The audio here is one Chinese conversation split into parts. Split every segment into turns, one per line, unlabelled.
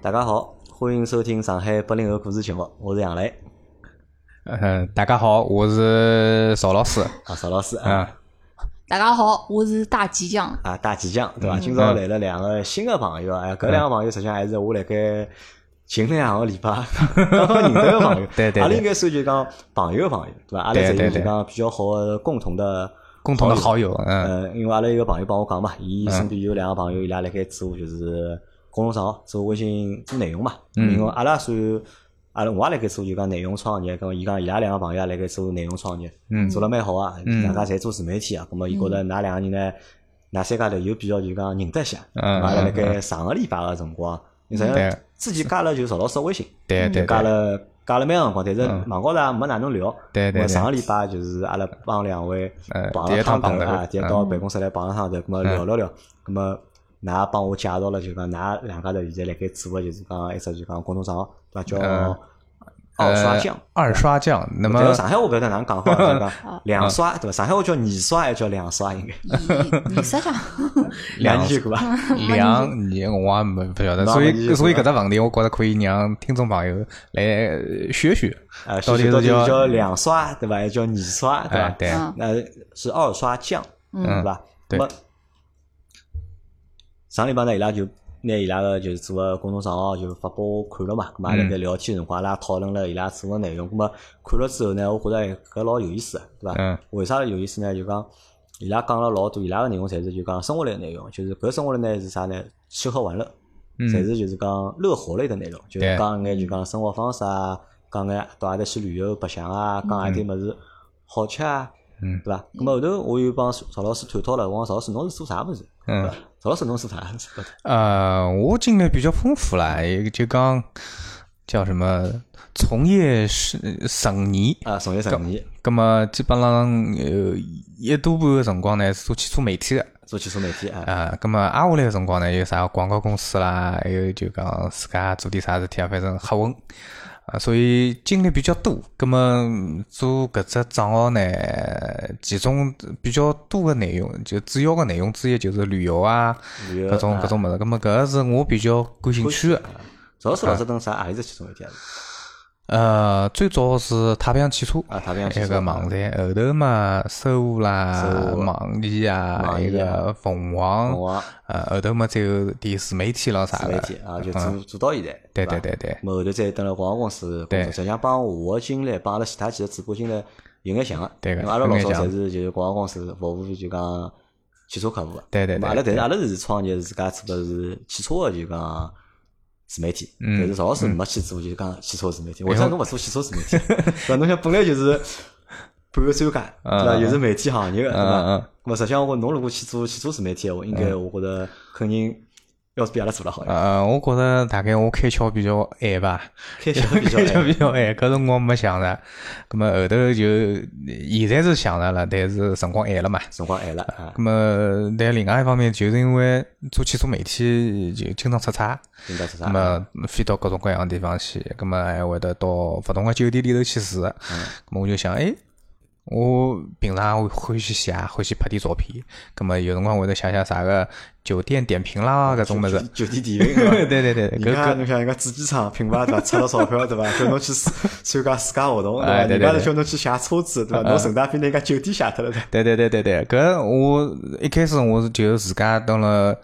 大家好，欢迎收听上海八零后故事节目，我是杨磊
呃，大家好，我是邵老 师。
啊，邵老师啊
啊，
大家好，我是大吉酱。
啊大吉将对
嗯
伐？今朝来了两个新的朋友，哎，搿两个朋友实际上还是我辣盖近两个礼 拜刚好认得的朋友，
对对对
阿拉应该算就讲朋友的朋友对伐？阿拉
对
属
对
于就
对
讲比较好的共同的
共同的好友，嗯，
呃，因为阿拉有个朋友帮我讲嘛，伊身边有两个朋友，伊拉辣盖做就是公众账号，做微信做内容嘛。
嗯
因为阿拉算阿拉我也辣盖做就讲内容创业，跟伊讲伊拉两个朋友也辣盖做内容创业，
嗯
做了蛮好啊，
嗯
大家侪做自媒体啊。咁么伊觉得㑚两个人呢，㑚三家头有必要就讲认得一下。啊
嗯
阿拉辣
嗯
盖上个礼拜个辰光，因为实际
对
上之前加了就邵老师微信，
对对
加
对
了加了蛮长辰光，但是
嗯
网高头也没哪能聊。
对
我
对
上
对，
个礼拜就是阿拉帮两位
呃
碰
第
了
一
趟
趟
头
碰头
啊，直接
嗯
到办公室来碰了趟头，咁么
嗯
聊了聊，咁么㑚帮我介绍了，就讲㑚两家头现在辣盖做个就是讲一只就讲公众账号，对伐？叫
嗯
二刷酱。
呃二刷酱。那
但
么嗯
是 上海话勿晓得哪能讲好，就讲两刷对伐？上海话叫二刷，还叫两刷应该，
你 你啥酱？
两年前过伐？
两你我也没不晓得，
那
所
我们继续
以所以搿只问题，我觉得可以让听众朋友来学学，
呃，
到底
是
是
到底是
叫
叫两刷对伐？还叫二刷对
哎
伐？
对，
嗯
那是二刷酱，
嗯
对伐？
对
那么上礼拜呢，伊拉就拿伊拉个就是做个公众账号就发拨我看了
嗯
嘛，咁啊嘛辣盖聊天的辰光，阿拉讨论了伊拉做个内容，咁么看了之后呢，我觉得搿老有意思，对伐？
嗯
为啥有意思呢？就讲伊拉讲了老多，伊拉个内容侪是就讲生活类的内容，就是搿生活类呢是啥呢？吃喝玩乐，
嗯
侪是就是讲乐活类的内容，就是
对
讲眼就讲生活方式啊，讲眼到阿搭去旅游白相啊，讲阿点物事好吃啊，
嗯
对伐？咁么后头我又帮邵老师探讨了，我讲邵老师侬是做啥物事？
嗯
对伐，邵老师侬是啥物 事？
呃，我经历比较丰富啦，一个就讲叫什么从业十十年，
啊，从业十年
那么基本上呃一大半个辰光呢是做汽车媒体的。
做汽车媒体啊，
啊，咁么挨下来个辰光呢，有啥广告公司啦，还有就讲自家做点啥事体啊，反正黑混啊，所以经历比较多。咁么做搿只账号呢，其中比较多个内容，就主要个内容之一就是旅游啊，
旅游
搿种
啊
搿种物事。咁么搿是我比较感兴趣个。
邵老师老师等啥？何里只汽车媒体啊？
呃，最早是太平洋汽车
啊太平洋汽车
一个网站，后头嘛，搜狐啦
搜、狐
网易啊，
网易啊
一个凤
凤
凰
凰，
呃，后头嘛再有点自媒体咯啥
自媒
个
体，啊，就做做到现在，
嗯对
伐
对对对，
后头再等了广告公司工
对
作，实际上帮我的经历，帮阿拉其他几个主播经历有眼像个。
对
因
个
为阿拉老
有
早
眼像
侪是就是广告公司服务就讲汽车客户个。
对对
咁
对
阿拉但是阿拉是创业，自家做的是汽车个就讲自媒体，
嗯
但是邵老师没去做就讲汽车自媒体，为啥侬勿做汽车自媒体？ 对伐？侬想本来就是半个专家，对伐？
嗯
又是媒体行业个，对
嗯
伐
嗯？
咁么实际上我侬如果去做汽车自媒体，我应该我觉得肯定要是比阿拉做了好呀，
呃，我觉着大概我开窍比较晚吧，
开销比较
开窍
矮。
比较晚，搿辰光没想着，咁么后头就现在是想着了，但是辰光晚了嘛。
辰光晚了啊
咁，么，但另外一方面，就是因为做汽车媒体就经常出差，
应该是啥
咁？么飞到各种各样的地方去，咁么还会得到勿同的酒店里头去住。咁么我就想，哎，我平常会欢喜写，欢喜拍点照片，咁么有辰光会得写写啥个酒店点评啦，搿种物事。
酒店点评
对
对伐？
对对，搿
人家
搿
侬想人家主机厂品牌对伐？出了钞票对伐？叫侬去参加自家活动对伐？
哎对
人
对
家是
对
叫侬去写车子对伐？侬顺带便拿人家酒店写脱了对伐。
对对对对对，搿我一开始我是就自家到了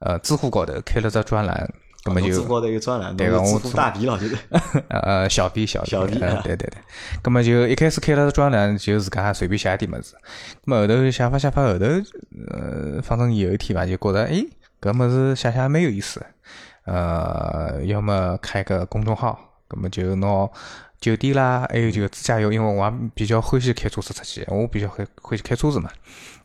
呃知乎高头开了只专栏，搿么
侬知
就
乎高头有专栏，
对
侬
个
是
我
知乎
知
大 V 了就是。
呃呃小 V 小 V，
小 V，
呃
啊
对对对，搿么就一开始开了只专栏，就自家随便写点物事，搿么后头写法写法后头，呃，反正有一天伐，就觉着诶，搿物事写写蛮有意思，呃，要么开个公众号，搿么就拿。酒店啦，还
嗯
有就自驾游，因为我也比较欢喜开车子出去，我比较欢欢喜开车子嘛。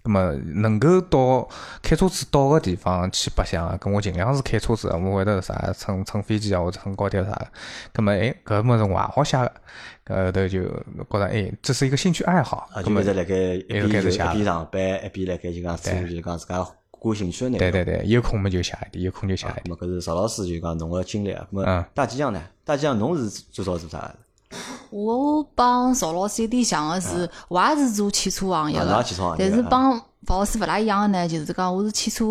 那么能够到开车子到个地方去白相啊，跟我尽量是开车子啊，我会得啥乘乘飞机啊，或者乘高铁啥的。那么哎，搿物事我也好写个，搿后头就觉着哎，这是一个兴趣爱好。
啊，
搿
就
么
是辣盖一边
又开
就一
始写了
边上班，一边辣盖就讲做就是讲自家感兴趣的内容。
对对对，有空嘛就写一点，有空就写一
咁
点。
么搿是邵老师就讲侬个经历啊。咁
嗯
么大吉酱呢？大吉酱侬是最早做啥的？
我帮邵老师有点像的是，我也是做汽车行业
嗯啊侬也
的
汽车行业，
但
的
是
啊
帮邵老师勿大一样的呢，就是讲我是汽车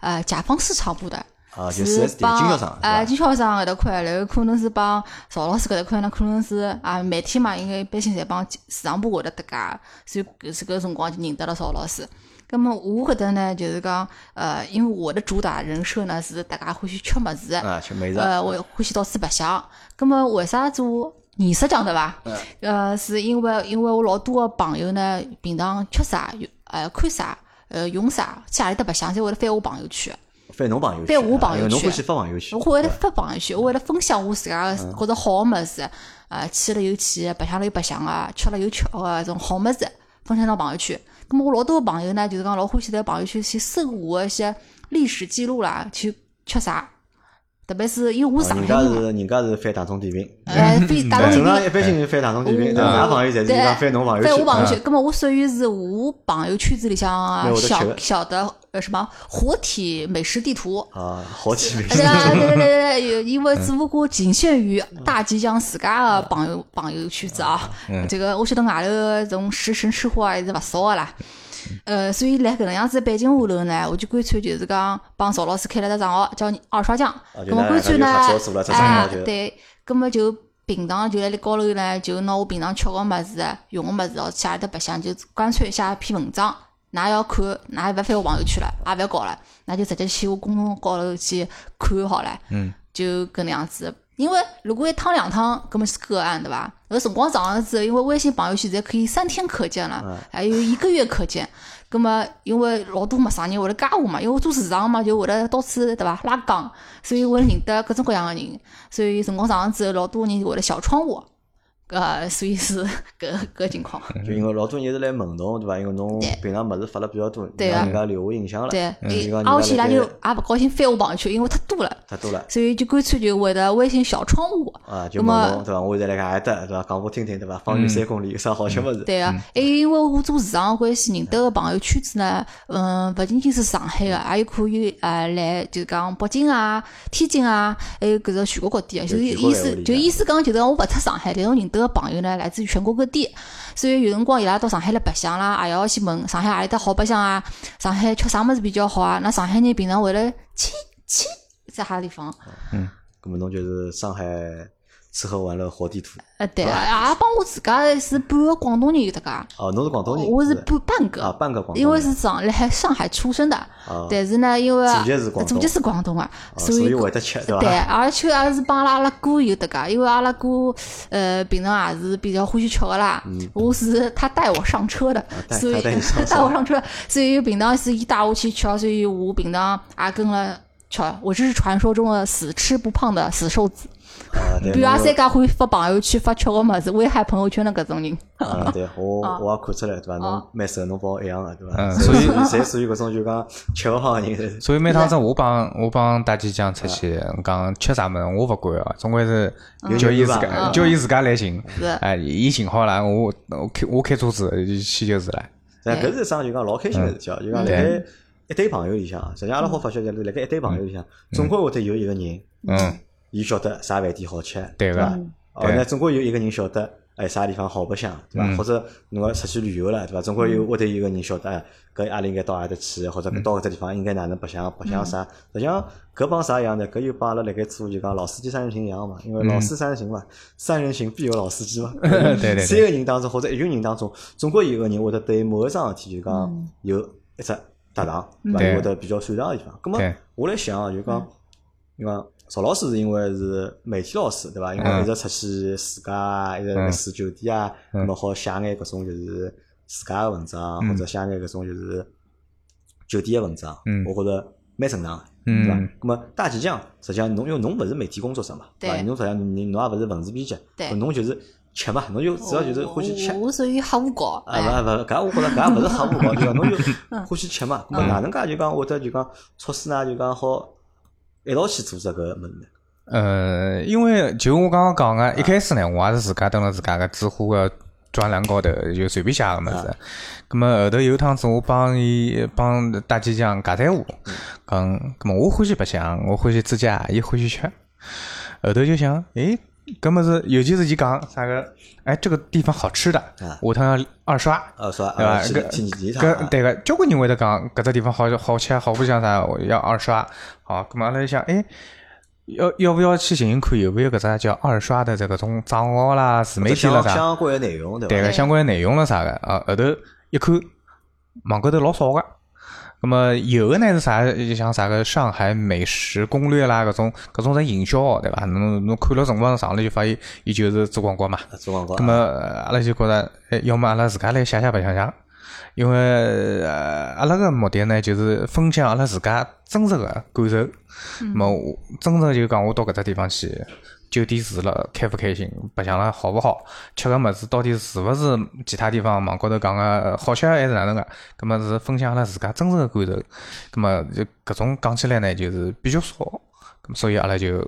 呃甲方市场部的。
啊，就 4S
是
店
帮
经销商是
哎
吧？
经销商搿搭块，然后可能是帮邵老师搿搭块呢，可能是啊媒体嘛，应该一般性侪帮市场部搿搭搭界，所以搿是搿辰光就认得了邵老师。葛么我搿搭呢，就是讲呃，因为我的主打人设呢是大家欢喜吃物事的，
啊，吃美食，
呃，我欢喜到处白相。葛么为啥做艺术奖对伐？呃，是因为因为我老多个朋友呢，平常吃啥，呃，看啥，呃，用啥，去何里搭白相，侪会得翻我朋友圈。
翻侬朋友圈，
翻我朋
啊因
友
为侬
圈
欢喜发朋友圈
我，会得发朋友圈，我会得分享我自家个觉着好个物事，呃，去了有去，白相了有白相啊，吃了有吃个搿种好物事，分享到朋友圈。咁么我老多个朋友呢，就是讲老欢喜在朋友圈去搜我个一些历史记录啦，去吃啥，特别是因为我是
啊
上
人
海
家
人嘛，
是人家是翻大众点评，
呃，非大众
正
点
常
评
一般性是翻大众点评，但
嗯
㑚朋友侪是
对
讲翻侬朋友
翻我
圈，
朋友圈，咁么我属于是我朋友圈子里向啊
啊没有得吃
小
的
小的呃什么活体美食 地图，
啊，好奇美
对
食，
对对对对，有因为只不过仅限于
嗯
大吉江自家的朋友朋友圈子啊。这个我晓得外头的这种食神吃货还是勿少的啦。呃，所以辣搿能样子的背景下头呢，我就干脆就是讲帮邵老师开了只账号叫二刷酱，
哦就
咁么
拿
干脆呢
拿就合作做了只，账号
哎
就，
对，咁么就平常就辣辣高头呢，就拿我平常吃个物事、用个物事哦，写里搭白相，就干脆写一篇文章。㑚要看，㑚也勿要翻我朋友圈了，也勿要搞了，㑚就直接去我公众号高头去看好了。嗯，就搿能样子。因为如果一趟两趟，搿么是个案对伐？搿辰光长了之后，因为微信朋友圈侪可以三天可见
嗯
了，还有一个月可见。葛么，因为老多陌生人会来加我嘛，因为我做市场嘛，就会得到处对伐拉杠，所以我认得各种各样的人，所以辰光长了之后，老多人会来小窗我，呃，所以是搿搿情况，
就因为老多人是来问侬对伐？因为侬
对
平常物事发了比较多，
对啊
让人家留下印象了，
对，
所嗯以讲人
挨下去伊
家
拉
辣
就
盖
也勿高兴翻我朋友圈，因为太多了，
太多了。
所以就干脆就会得微信小窗我。
啊，就问
那么
侬对伐？我现在辣盖阿搭对伐？讲拨听听对伐？方圆三公里有啥好吃物事？
对个、还有因为我做市场的关系，认得个朋友圈子呢，嗯，勿仅仅是上海个，也有可以呃来就是讲北京啊、天津啊，还有搿个全国各地啊，就是
全国范
意
围
思
里
就
向
意思讲就是讲我勿出上海，但我认得个朋友呢来自于全国各地，所以有辰光伊拉到上海来白相啦，也要去问上海何里搭好白相啊，上海吃啥物事比较好啊？那上海人平常会来去去在啥地方？
咁么侬就是上海吃喝玩乐活地图。
呃，对个，也帮我自家是半个广东人有得个，
哦，侬是广东人，
我是
吧
半半个。
啊，半个广东人，
因为是上海上海出生的，
啊，
但是呢，因为
祖籍是广东
祖籍是广东啊，
啊所以
以
会得吃对啊
对，
伐？
而且也是帮阿拉哥有得噶，因为阿拉哥呃平常也是比较欢喜吃的啦，我是他带我上车的，
嗯啊带
所以
他带你上车
带我上车，所以平常是伊带我去吃，所以我平常也跟了。吃，我就是传说中的死吃不胖的死瘦子，
啊，对，
比如阿
侬
三家欢喜发朋友圈发吃个么子，危害朋友圈的搿种人。
啊，对我
啊
我也看出来，对伐？侬
啊
蛮瘦，侬帮我一样个，对伐？
嗯所以
侪属于搿种就讲吃勿胖个人，
所以每趟子我帮我帮大姐讲出去，讲吃啥么子我勿管啊，总归是叫伊自
嗯
家叫伊自家来寻
是，
哎，伊寻好了，我我开我开车子去就是了，
但搿是一桩就讲老开心个事体哦，
嗯
就讲辣盖一堆朋友里向啊，实际上阿拉好发觉就是辣盖一堆朋友里向，总归会得有一个人，
嗯，
伊晓得啥饭店好吃，
对嗯
伐
个，
哦，那总归有一个人晓得，哎，啥地方好白相，对
嗯
伐？或者侬要出去旅游了，对伐？总归有会得有一个人晓
嗯
得，哎，搿阿拉应该到阿搭去，或者到搿只地方应该哪能白相，白相
嗯
啥？实际上搿帮啥一样呢？搿又帮阿拉辣盖做就讲老司机三人行一样嘛，因为老司三人行嘛，三人行必有老司机嘛。
嗯 对对对
三个人当中或者一群人当中，总归有一个人会得对某一桩事体就讲有一只搭档，对伐？
对
会得比较擅长个地方。葛么
对
我来想啊，就讲。因为邵老师是因为是媒体老师对
嗯
伐？因为一直出去自家啊，一直辣盖住酒店啊，
嗯
那么好写眼搿种就是自家个文章，或者写眼搿种就是酒店个文章，
嗯
我觉着蛮正常个，
嗯
对伐？那么大体讲，实际上侬因为侬勿是媒体工作者嘛，对伐？
对
侬实际上侬侬也勿是文字编辑，
对哦
搿侬就是吃嘛，侬就主要就是欢喜吃
我。我属于黑五搞，哎
啊，勿勿，搿我觉着搿也勿是黑幕搞，就讲侬就 欢喜吃嘛，咁么哪能介就讲会得就讲促使㑚就讲好一道去做这个物事呢？
呃，因为就我刚刚讲个，一开始呢，我也是自家登了自家个知乎个专栏高头，就随便写个物事。咁么后头有趟子，我帮伊帮大姐讲尬三胡，讲，咁么我欢喜白相，我欢喜自驾，伊欢喜吃。后头就想，诶，搿么是，尤其是伊讲啥个，哎，这个地方好吃的，下趟要二刷，
二刷
对吧？
啊去去
搿
几趟啊
搿对个，交关人会得讲搿只地方好好吃好白相啥，我要二刷。好，搿么阿拉就想，哎，要要不要去寻寻看有没有搿只叫二刷的这个种账号啦、自媒体
相
啦啥？
相关的内容对
对
伐？
个，相关的内容了啥个啊？后头一看，网高头老少个。那么有的呢是啥？就像啥个上海美食攻略啦，搿种搿种是营销，对伐？侬侬看了辰光长了就发现，伊就是做广告嘛。
啊做广告
那么呃阿拉就觉着，哎，要么阿拉自家来写写白相相，因为呃阿拉个目的呢，就是分享阿拉自家真实个感受。那么我真实就讲，我到搿只地方去，酒店住了开勿开心，白相了好勿好，吃个物事到底是勿是其他地方网高头讲个呃好吃还是哪能个？葛么是分享阿拉自家真实个感受。葛么就搿种讲起来呢，就是比较少。葛么所以阿拉就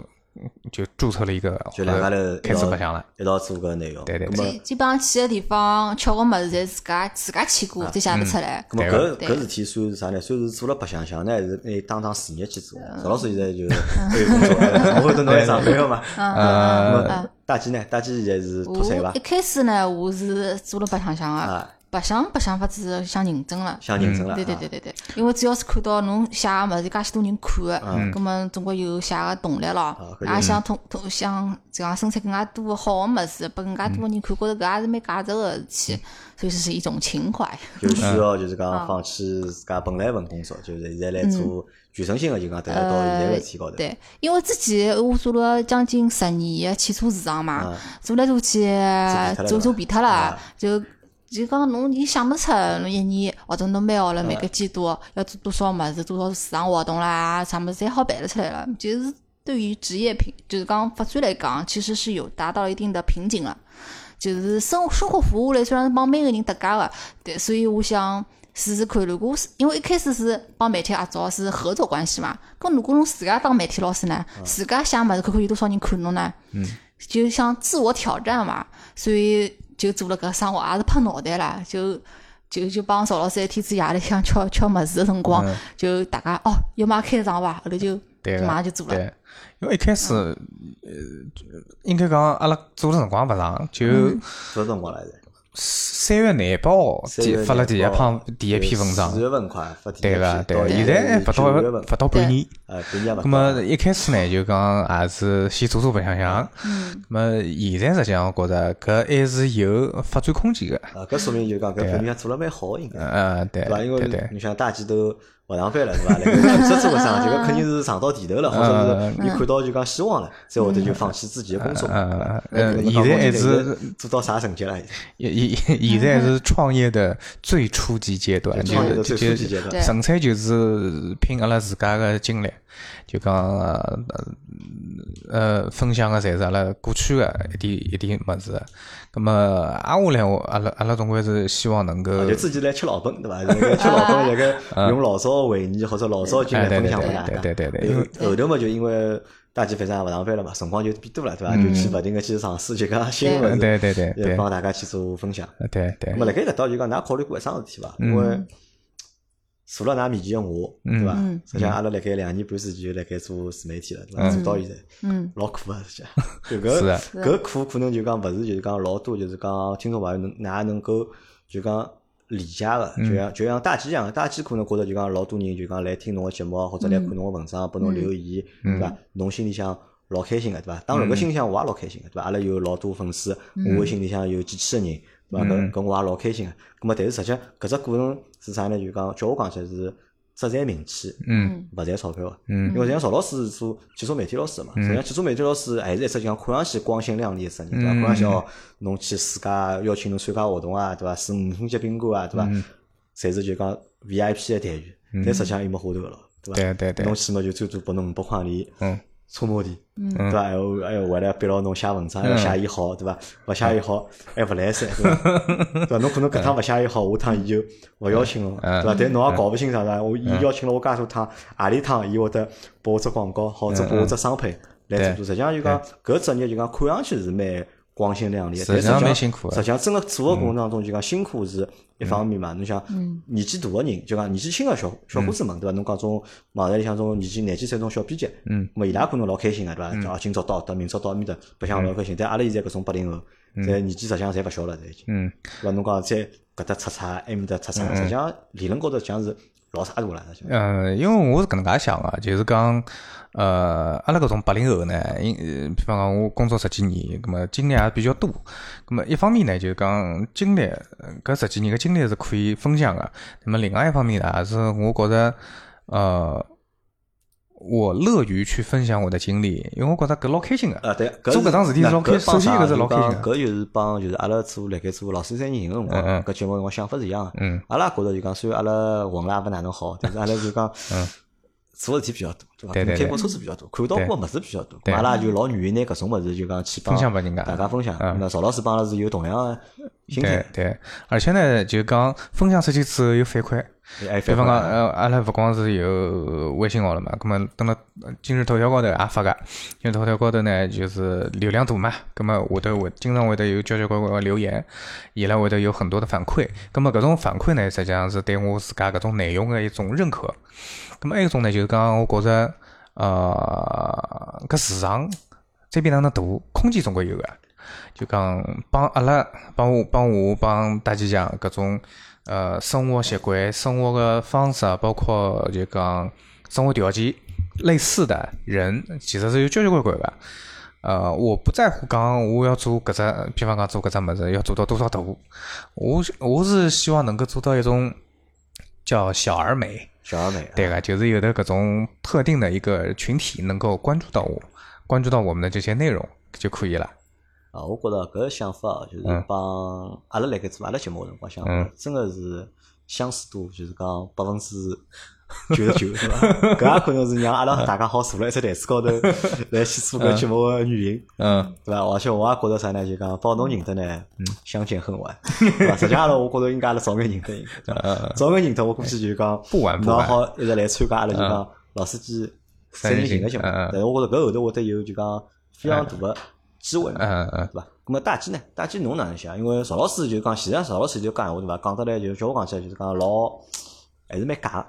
就注册了一个，
就两家头一
呃开始
道
白相了。
一道做搿内容。
对对
咁么
基基本上去个地方吃个物事，侪自家自家去过，再写得出来。
啊嗯咁么
对
搿搿事体算是啥呢？算是做了白相相呢，还是拿当当事业去做？邵老师现在就是还有工作，啊 我会得侬还上班个嘛？
呃，
呃，大吉呢？大吉现在是脱产
我
伐
一？开始呢，我是做了白相相
啊
个，白相白相法子想认真了。
想认真了。
嗯对对
啊
对对对，因为只要是看到侬写个物事，介许多人看个，葛么总归有写个动力咯。
啊搿嗯
也想通通想这样生产更加多的好个物事，拨更加多个人看，觉着搿也是蛮价值个事
嗯
体，所以这是一种情怀。
就需要就是
嗯
讲放弃自家本来份工作，就是现在来做全身心的，就讲投入到现在个事体高头。
呃对，因为之前我做了将近十年的汽车市场嘛，做来做去
做疲
做
脱
做
了
疲脱了，就就讲侬你想不出，侬一年或者侬每号了每个季度要做多少么子，多少市场活动啦，啥么子侪好办得出来了。就是对于职业平，就是讲发展来讲，其实是有达到一定的瓶颈了。就是生生活服务类虽然是帮每个人搭界个，对，所以我想试试看。如果是因为一开始是帮媒体合作是合作关系嘛，咁如果侬自家当媒体老师呢，
嗯
自家写物事看看有多少人看侬呢？嗯，就想自我挑战嘛，所以就做了搿生活，也是拍脑袋啦，就。就就帮邵老师一天子夜里向吃吃物事的辰光，就大家哦，要么开场伐，后头就
嗯对个
马上就做了。嗯
对，因为一开始，呃，应该讲阿拉做的辰光勿长，就
多少辰光来着？
三月廿八号
三
第
月
发了第一
廿八
篇
号
第一篇文章
四，月份快发第一
对
篇到
个对个，现
现
在还
在
不
是九月
到
份
不到半年。
呃，半年也勿
那
到
么一开始呢，就讲也是先做做白相相。嗯。么现在实际上，我觉着搿还是有发展空间个。
啊，搿说明就讲搿表面做了蛮好，应该
呃，对
对伐？因
对
为
对，
你想大几都勿上班了，对伐？来搿做做个生，这个肯定是尝到甜 头了，或
嗯
者是你看到就讲希望了，才会得就放弃自己的工作。
呃
那
呃，
侬
现
讲
在
侬
还
现
是
做到啥成绩了？
也也现在是创业的最初级阶段，
创业的最
就
初
就
级阶段
就纯粹就是拼阿拉自家个经历，就讲呃呃分享个侪是阿拉过去个一点一点物事。咁么挨下来我阿拉阿拉总归是希望能够
就自己来吃老本，对伐？那个吃老本，那 个用老早回忆或者老早经历
啊哎对
分
对
享
对
给大家。
对对对对因为
后头嘛，就因为大几反正也勿上班了嘛，辰光就变多了，对伐？就去勿停个去尝试就讲新物事，
嗯对对对
也
对
帮大家去做分享。
对对
那么辣盖搿搭就讲，㑚考虑过一桩事体伐？因为
嗯
坐辣㑚面前个我，对伐？实际
嗯
上阿拉辣盖两年半之前就辣盖做自媒体了，对伐？做到现在，
嗯，
老苦啊，实际上。就是
啊
搿搿苦可能就讲勿是就是讲老多就是讲听众朋友能㑚能够就讲理解个，就像就像大吉一样，大吉可能觉着就讲老多人就讲来听侬个节目啊或者来看侬个文章，拨侬留言，对伐？侬心里向。老开心个对伐？当然，搿心里向我也老开心个对伐？阿拉有老多粉丝，我心里向有几千个人，对伐？搿搿我也老开心个。葛末，但是实际搿只过程是啥呢？就讲叫我讲起来是只赚名气，
嗯
勿赚钞票个。
嗯
因为实际上邵老师是做汽车媒体老师嘛，实际上汽车媒体老师还是一只就讲看上去光鲜亮丽一只人，对
嗯
伐？看上去哦，侬去自家邀请侬参加活动啊，对伐？住五星级宾馆啊，对
嗯
伐？侪是就讲 V I P 的待遇，但实际上又没花头个咯，对
对
伐？
对对
侬，起码就最多拨侬五百块钿，
嗯，
车马钿，对伐？还有还有，回来逼牢侬写文章，
嗯
要写伊好，对伐？勿写伊好还勿来三，对 伐？对伐？侬可能搿趟勿写伊好，下趟伊就勿邀请侬，
嗯
对伐？但侬也搞勿清爽啥，我伊邀请了我介多趟，何里趟伊会得
嗯
拨我只广告，或者拨我只商配来做做。实际上就讲搿职业就讲看上去是蛮光鲜亮丽，
实
但
际
实
上
际
蛮
上
辛苦的嗯
实际上真个做个过程当中，就讲辛苦是一方面嘛。侬想年纪大个人，就讲年纪轻个小小伙子
嗯
们，对伐？侬讲种网站里向种年纪廿几岁种小编辑，嗯，么伊拉可能老开心个，对伐？
嗯
就啊，今朝到搿搭，明朝到埃面搭，白相老开心。但阿拉现在搿种八零后，侪年纪实际上侪勿小了，侪已经。
嗯，
对伐？侬讲再搿搭擦擦，埃面搭擦擦，实际上理论高头讲是老差大了，实际上。
嗯，因为我是搿能介想个、就是讲，呃，阿拉搿种八零后呢，因呃比方讲我工作十几年，葛么经历也比较多。葛么一方面呢，就是讲经历，呃搿十几年个经历是可以分享个。那么另外一方面呢，也是我觉着，呃，我乐于去分享我的经历，因为我觉着搿老开心个、
啊，对，搿
做
是
搿桩事体
那
是老开
搿帮
首先
啥
搿是老开心
就讲搿就是帮就是阿拉做辣盖做老师三人行个辰光，搿节目辰光想法是一样个。
嗯，
阿拉觉着就讲，虽然阿拉混了也勿哪能好，但是阿拉就讲，嗯，做的事体比较多，对伐？
对对对
开过车子比较多，看到过物事比较多，
对
阿拉就老愿意拿搿种物事就讲去帮
分享拨人家嗯
大家分享。那邵老师帮阿拉是有同样个心
对
态，
对，而且呢，就是讲分享出去之后有反馈。
哎，
比
反
方
过
讲，
来
呃，阿拉勿光是有微信号了嘛，咁么等到今日头条高头也发个，今日头条高头呢就是流量大嘛，咁么下头会经常会得有交交关关的留言，伊拉会得有很多的反馈，咁么搿种反馈呢，实际上是对我自家搿种内容的一种认可。咁么还有一种呢，就是讲我觉着，呃，搿市场这边哪能大，空间总归有个。就讲帮阿拉帮我帮我帮大家讲搿种呃生活习惯、生活的方式，包括就讲生活条件类似的人，其实是有交交关关的。呃，我不在乎讲我要做搿只，比方讲做搿只物事要做到多少大，我是我是希望能够做到一种叫小而美，
小而美。啊
对个，就是有的各种特定的一个群体能够关注到我，关注到我们的这些内容就可以了。
啊，我觉着搿想法啊就是
嗯
帮阿拉辣盖做阿拉节目个辰光想法，真个是相似度就是讲百分之九十九， 是吧？搿也可能是让阿拉大家好坐辣一只台子高头来去做搿节目个原因。
嗯，
对伐？而且我也觉着啥呢，就讲把侬认得呢，相见恨晚，对 伐？实际上阿拉我觉着应该阿拉早眼认得应该，对伐早眼认得我估计就是讲
不晚不嗯
侬
晚
好一直来参加阿拉就讲老司机三人行个节目，
嗯嗯
但是我觉着搿后头会得有就讲非常大个机会嘛，
嗯嗯
对伐？咁么大鸡呢？大鸡侬哪能想？因为邵老师就讲，现在邵老师就讲闲话对伐？讲得来就叫我讲起来就是讲老还是蛮假。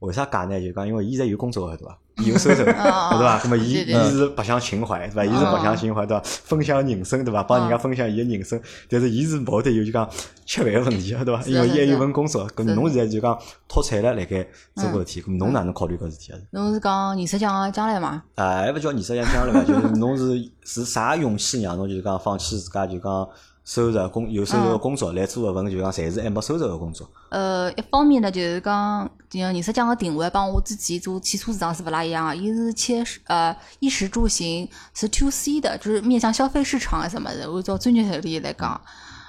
为啥假呢？就讲因为伊现在有工作个对伐？伊有收入个对
啊
伐？咁么伊
对对
伊是白相情怀对伐？伊是白相情怀对伐？分享人生对伐？帮
哦
人家分享伊个人生，但是伊是冇得有就讲吃饭个问题个啊对伐？
是
因为伊还
是
有份工作，咁
是嗯
侬现在就讲脱产了辣盖做搿事体，咁侬哪能考虑搿事体啊？
侬是讲你是讲将来嘛？
啊，还勿叫二十一讲了嘛？就是侬是是啥勇气让侬就是讲放弃自家就讲收入工有收入
嗯
个工作来做一份就讲暂时还没收入个工作？
呃，一方面呢，就是讲，就像你是讲个定位帮我之前做汽车市场是勿大一样啊，伊是切呃衣食住行是 to C 的，就是面向消费市场还是什么的，按照专业条理来讲。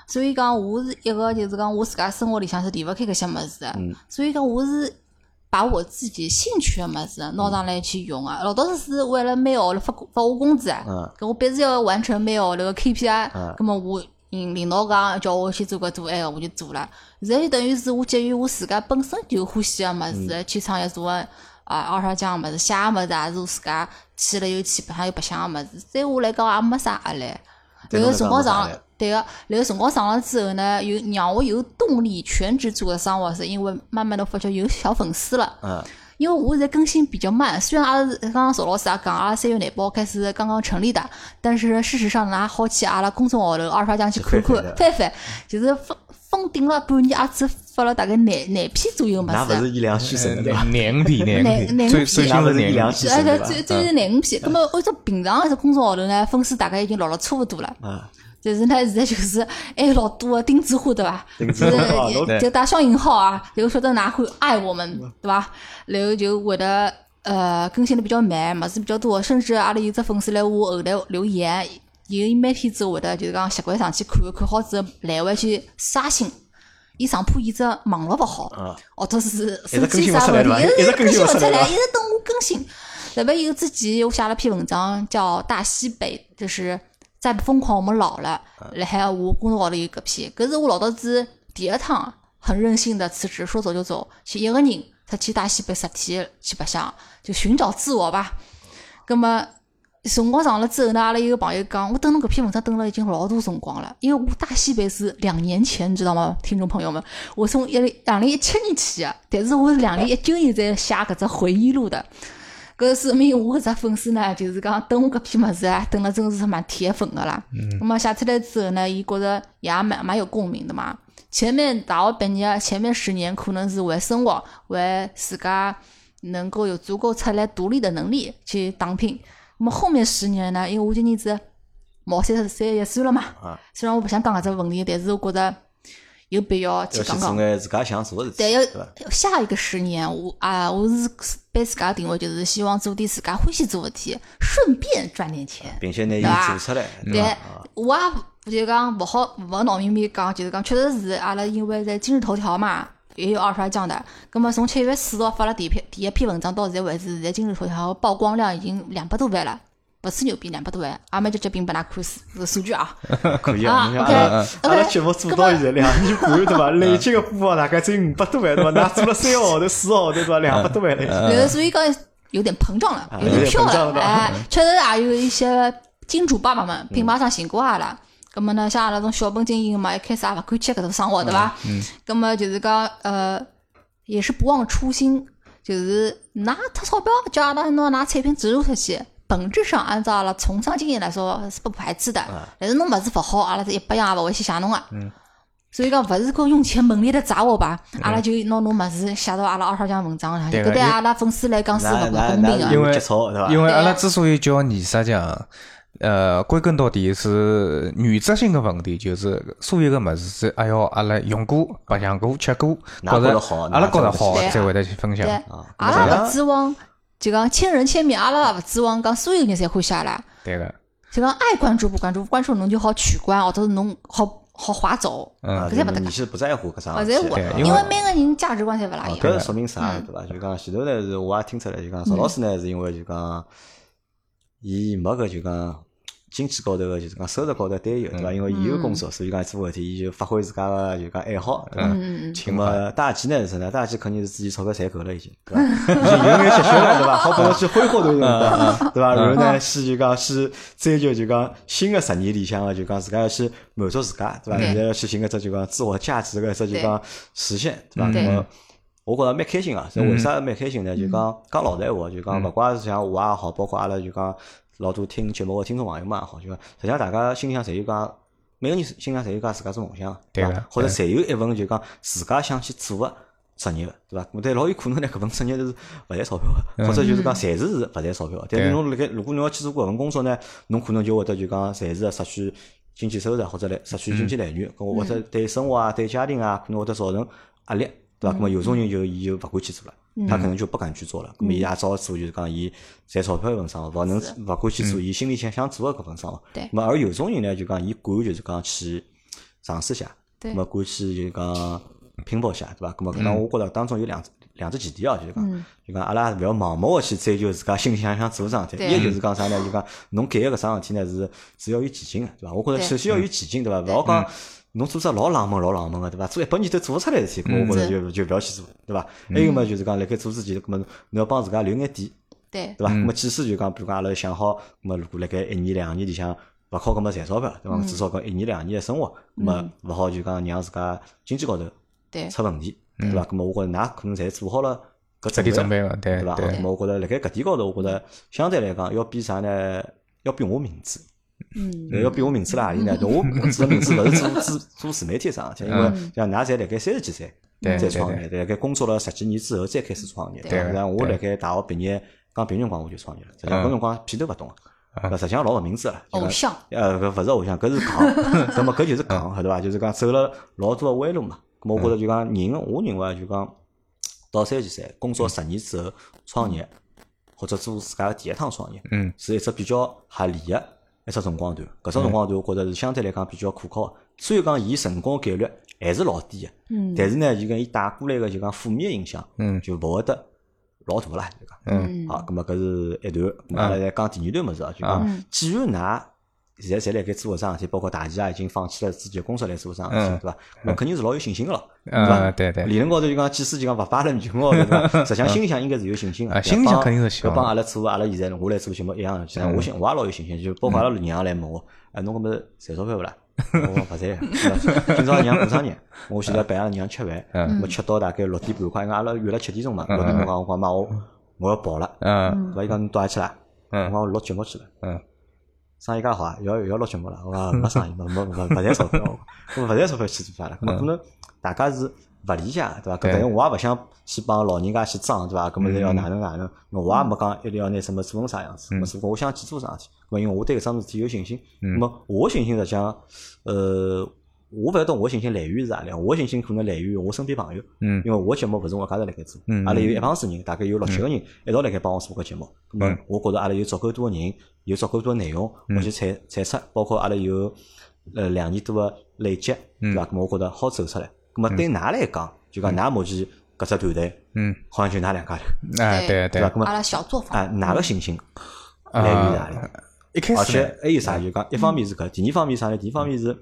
所以讲，我是一个就是讲我自家生活里向是离勿开搿些物事的，所以讲我是把我自己兴趣的物事拿上来去用啊。老早子是为了每个号头发发我工资啊
嗯，
搿我必须要完成每个号头个 KPI，
嗯
葛末我领领导讲叫我去做搿做埃个，我就做了。现在就等于是我基于我自家本身就欢喜个物
嗯
事去创业做个啊，二啥讲个物事，写个物事也是我自家去了又去，白相又白相个物事。对我来讲也没啥压力。
对
然后
侬来讲没啥
辰光长
压力，
对啊个，然后辰光长了之后呢，有让我有动力全职做个生活，是因为慢慢的发觉有小粉丝了。
嗯，
因为我现在更新比较慢，虽然阿拉是刚刚邵老师也讲，阿拉三月廿八号开始刚刚成立的，但是事实上，㑚好去阿拉公众号头二刷酱去看
去
看
翻翻的
翻翻，就是封封顶了半年，也只发了大概廿廿篇左右
那
么
勿是
子。
一两虚神
哎呃
的对伐？
廿五篇，廿
廿
五篇，
五
最
篇
最新
那
是
勿是一
廿五
两
篇。
虚
哎，
神
对
对，伐？
最最是廿五
嗯
篇。那么按照平常个公众号头呢，粉丝大概已经落了差勿多了。
啊，
但是呢，现在就是还有老多的钉子户，对伐？
钉子
就
户
是
哦
就
对
就打双引号啊，就晓得哪会爱我们，
嗯
对伐？然后就会得呃更新的比较慢，么子比较多，甚至阿拉有只粉丝来我后台留言，有伊每天子会得就是讲习惯上去看，看好之后来回去刷新。伊上怕伊只网络勿好
啊，
或者哦是
一直
手
更
机
新勿
啥
出来
问
对伐
题，
一直更新勿出
直更新勿出
来
来，
对
一直等我更新。特别有之前我写了篇文章叫《大西北》，就是再不疯狂我们老了。
嗯
然后我公众号头有搿篇，搿是我老早子第一趟很任性的辞职，说走就走，去一个人出去大西北实地去白相，就寻找自我吧。葛么辰光长了之后呢，阿拉有个朋友讲，我等侬搿篇文章等了已经老多辰光了，因为我大西北是两年前，你知道吗，听众朋友们，我从一两零一七年起啊，但是我是两零一九年才写搿只回忆录的。搿说明我搿只粉丝呢，就是讲等我搿篇物事啊，等了真是蛮铁粉个啦。
嗯
那么写出来之后呢，伊觉着也蛮蛮有共鸣的嘛。前面大学毕业前面十年，可能是为生活，为自家能够有足够出来独立的能力去打拼。那么后面十年呢，因为我今年子毛三十三一岁了嘛，
啊
虽然我不想讲搿只问题，但是我觉着有必要去
要去
讲
做
讲。
眼自家想做的事体，对
对，
伐？
要下一个十年，我啊，我是把自家定位就是希望做点自家欢喜做的事体，顺便赚点钱。
并且拿伊
对伐
做出来，
对
伐？，
我也就讲勿好勿闹明面讲，就是讲确实是阿拉因为在今日头条嘛，也有二刷奖的。葛么从七月四号发了第一篇第一篇文章到现在为止，现在今日头条曝光量已经两百多万了，不吹牛逼，两百多万。阿妹就截屏拨㑚看数这个数据啊。
可以
啊
啊，侬看
OK，
阿拉
OK，
阿拉节目做到现在两年半对伐？累计个播放大概只有五百多万对伐？㑚做了三个号头、四个号头对伐？两百多万了已经。
然后所以讲有点膨胀了，
啊
点飘
有点膨胀
了，
了
哎，确实也有一些金主爸爸们、品牌商寻过阿拉。咁么呢，像阿拉啊种小本经营嘛，一开始啊也勿敢接搿种生活，对伐？嗯。咁么就是讲，呃，也是不忘初心，就是拿脱钞票叫阿拉拿㑚产品植入出去。本质上，按照阿拉从商经营来说是不排斥的，但是侬物事勿好，阿拉是一百样也勿会去谢侬个。所以讲，勿是讲用钱猛烈的砸我吧，阿拉就拿侬物事写到阿拉二十强文章上，
对
搿
个
对
因
阿拉粉丝来讲是勿
㑚
公
㑚
平啊
㑚
因
因
为
为节操对伐？
因为阿
对
拉
啊
之所以叫二沙酱，呃，归根到底是原则性的问题，就是所有个物事是还要阿拉用过、白相过、吃过，
哪
觉
觉
着
得好
阿拉觉着
哪觉得
好
对啊
才会得去分享。
对，
搿
阿拉
能
勿指望就讲千人千面，阿拉勿指望讲所有人侪欢喜阿拉，
对个，
就讲爱关注不关注，关注侬就好取关，或者是侬好好划走，
啊就
搿才勿
是
得
你是不哦在乎搿
勿
桩事
在
体
乎
对
啊，
嗯因为
因为每个人价值观侪勿大一
啊，
样。
搿说明
嗯
啥对伐？就讲前头呢是我也听出来，就讲邵老师呢是因为就讲伊没搿就讲经济高头个就是讲收入高头担忧对
嗯
伐？因为伊有工作，所以讲做事体伊就发挥自家个就讲爱好对伐？
嗯，嗯
那么大吉呢是啥呢？大吉肯定是自己钞票赚够了已经，对 吧？已经有眼积蓄了，对吧？好帮我去挥霍都用
嗯
得，对吧？然后呢，是就讲是追求就讲新的十年里向的，就讲自家要去满足自家，对吧？
对
现在要去寻搿只就讲自我价值个一只就讲实现，对吧？
对
那么我觉着蛮开心啊，所以为啥蛮开心呢？就讲讲老实闲话，就讲勿怪是像我也好，包括阿拉就讲老多听节目个听众朋友们也好，就讲实际上大家心里向侪有讲，每个人心里向侪有讲自家种梦想，
对
伐
的？
或者侪有一份就讲自家想去做个职业，对伐？咾但老有可能呢，搿份职业是勿赚钞票个，或者就是讲暂时是勿赚钞票的。但是
对
侬辣盖如果侬要去做搿份工作呢，侬可能就会得就讲暂时地失去经济收入或者来失去经济来源，搿或者对生活啊、对家庭啊，可能会得造成压力，对伐？咾么有种人就伊就勿敢去做了。他可能就不敢去做了，咾么伊也只好做，就是讲伊赚钞票一份生活，勿能勿敢去做伊心里想想做个搿份生活。
对
咾么而有种人呢，就讲伊敢就是讲去尝试一下，
对嗯
那么过去就是讲拼搏一下，对伐？那么可能我觉着当中有两只两只前提啊，就是讲，就讲阿拉勿要盲目个去追求自家心里想想做桩事体。
对
一就是讲啥呢？就讲侬搿个搿桩事体呢是是要有前景个，对伐？我觉着
对
首先要有前景，对伐？勿要讲侬做只老冷门老冷门个，对伐？做一百年都做勿出来个事体，咾我觉着
嗯
就就勿要去做，对伐？还有么就是讲辣盖做之前，咾么侬要帮自家留眼底。
对，
对伐？那么即使就讲，比如讲阿拉想好，那么如果辣盖一年两年里向勿靠搿么赚钞票，对伐？至少搿一年两年的生活，那么勿好就讲让自家经济高头
对，
出问题，对伐？那么我觉着㑚可能侪做好了搿
彻底准
准
备
备
了，对
对伐？
对
那么我觉着辣盖搿点高头，我觉着相对来讲要比啥呢？要比我明智。
嗯，
要比我明智辣何里呢？就我我指的明智勿是做做做自媒体啥事体，因为像㑚侪辣盖三十几岁
对
再
对
创业，辣盖工作了十几年之后再开始创业。
对
实际上我辣盖大学毕业刚毕业辰光我就创业了，实际上
嗯
搿辰光屁头勿懂，搿实际上老勿明智了。就
偶
讲
像，
呃，搿勿是偶像，搿是戆， 那么搿就是戆，
嗯
对伐？就是讲走了老多个弯路嘛。咾么我觉着就讲人，我认为啊就讲到三十岁工作
嗯
十年之后创业，或者做自家的第一趟创业，
嗯，
是一只比较合理个一只辰光段。搿只辰光段，我觉着是相对来讲比较可靠的。虽然讲伊成功概率还是老低个，
嗯
但是呢，就讲伊带过来个就讲负面影响，
嗯
就勿会得老大啦，就讲。
嗯
嗯，
嗯
好，咁么搿是一段，咁阿拉来讲第二段物事啊，就讲既然现在侪辣盖做搿桩事体，包括大旗啊已经放弃了自己的工作来做搿桩事体，对伐？那肯定是老有信心个咯，对伐？
嗯对嗯对
理论高头就讲，即使就讲勿发了面 孔高头，对伐？实际上心里向应该是有信心个
啊，
对吧
心里向
帮
肯定是希望
搿帮阿拉做阿拉现在我来做节目一样，其实我心我也老有信心，就包括阿拉娘来问我，哎，侬搿么赚钞票勿啦？我讲勿赚啊，对伐今朝娘过生日，我现在陪阿拉娘吃饭，我吃到大概六点半快，因为阿拉约了七点钟嘛，六点半讲我讲妈我我要跑了，
嗯
对伐？伊讲侬到哪去啦？我
嗯
讲我录节目去了。
嗯
生意介好啊，要要录节目了，我讲没生意，没没没勿赚钞票，我勿赚钞票去做啥了？咾可能大家是勿理解，对伐？搿
对
等于我也勿想去帮老人家去装，对伐？搿么是要哪能哪能？咾我也没讲一定要拿什么做成啥样子，没只不过我想去做啥事体，咾因为我对搿桩事体有信心。咾么我的信心实际上，呃。我勿晓得我的信心来源是何里，我的信心可能来源于我身边朋友，
嗯
因为我节目勿是我一家头辣盖做
嗯，
阿拉有一帮子人，大概有六七个人一道辣盖帮我做搿节目。咁么
嗯
我觉着阿拉有足够多个人，有足够多个内容，我去产产出，包括阿拉有呃两年多个累积，对
嗯
伐？咁么我觉着好走出来。咁么对㑚来讲，就讲㑚目前搿只团队，
嗯，
好像就㑚两家头，
哎，对
对
对
伐？，咁
阿
么
拉小作坊，
啊，㑚个信心来源是何里
啊？，一开
而
始呢
且还有啥？就讲一方面是搿，第二方面是啥呢？第一方面是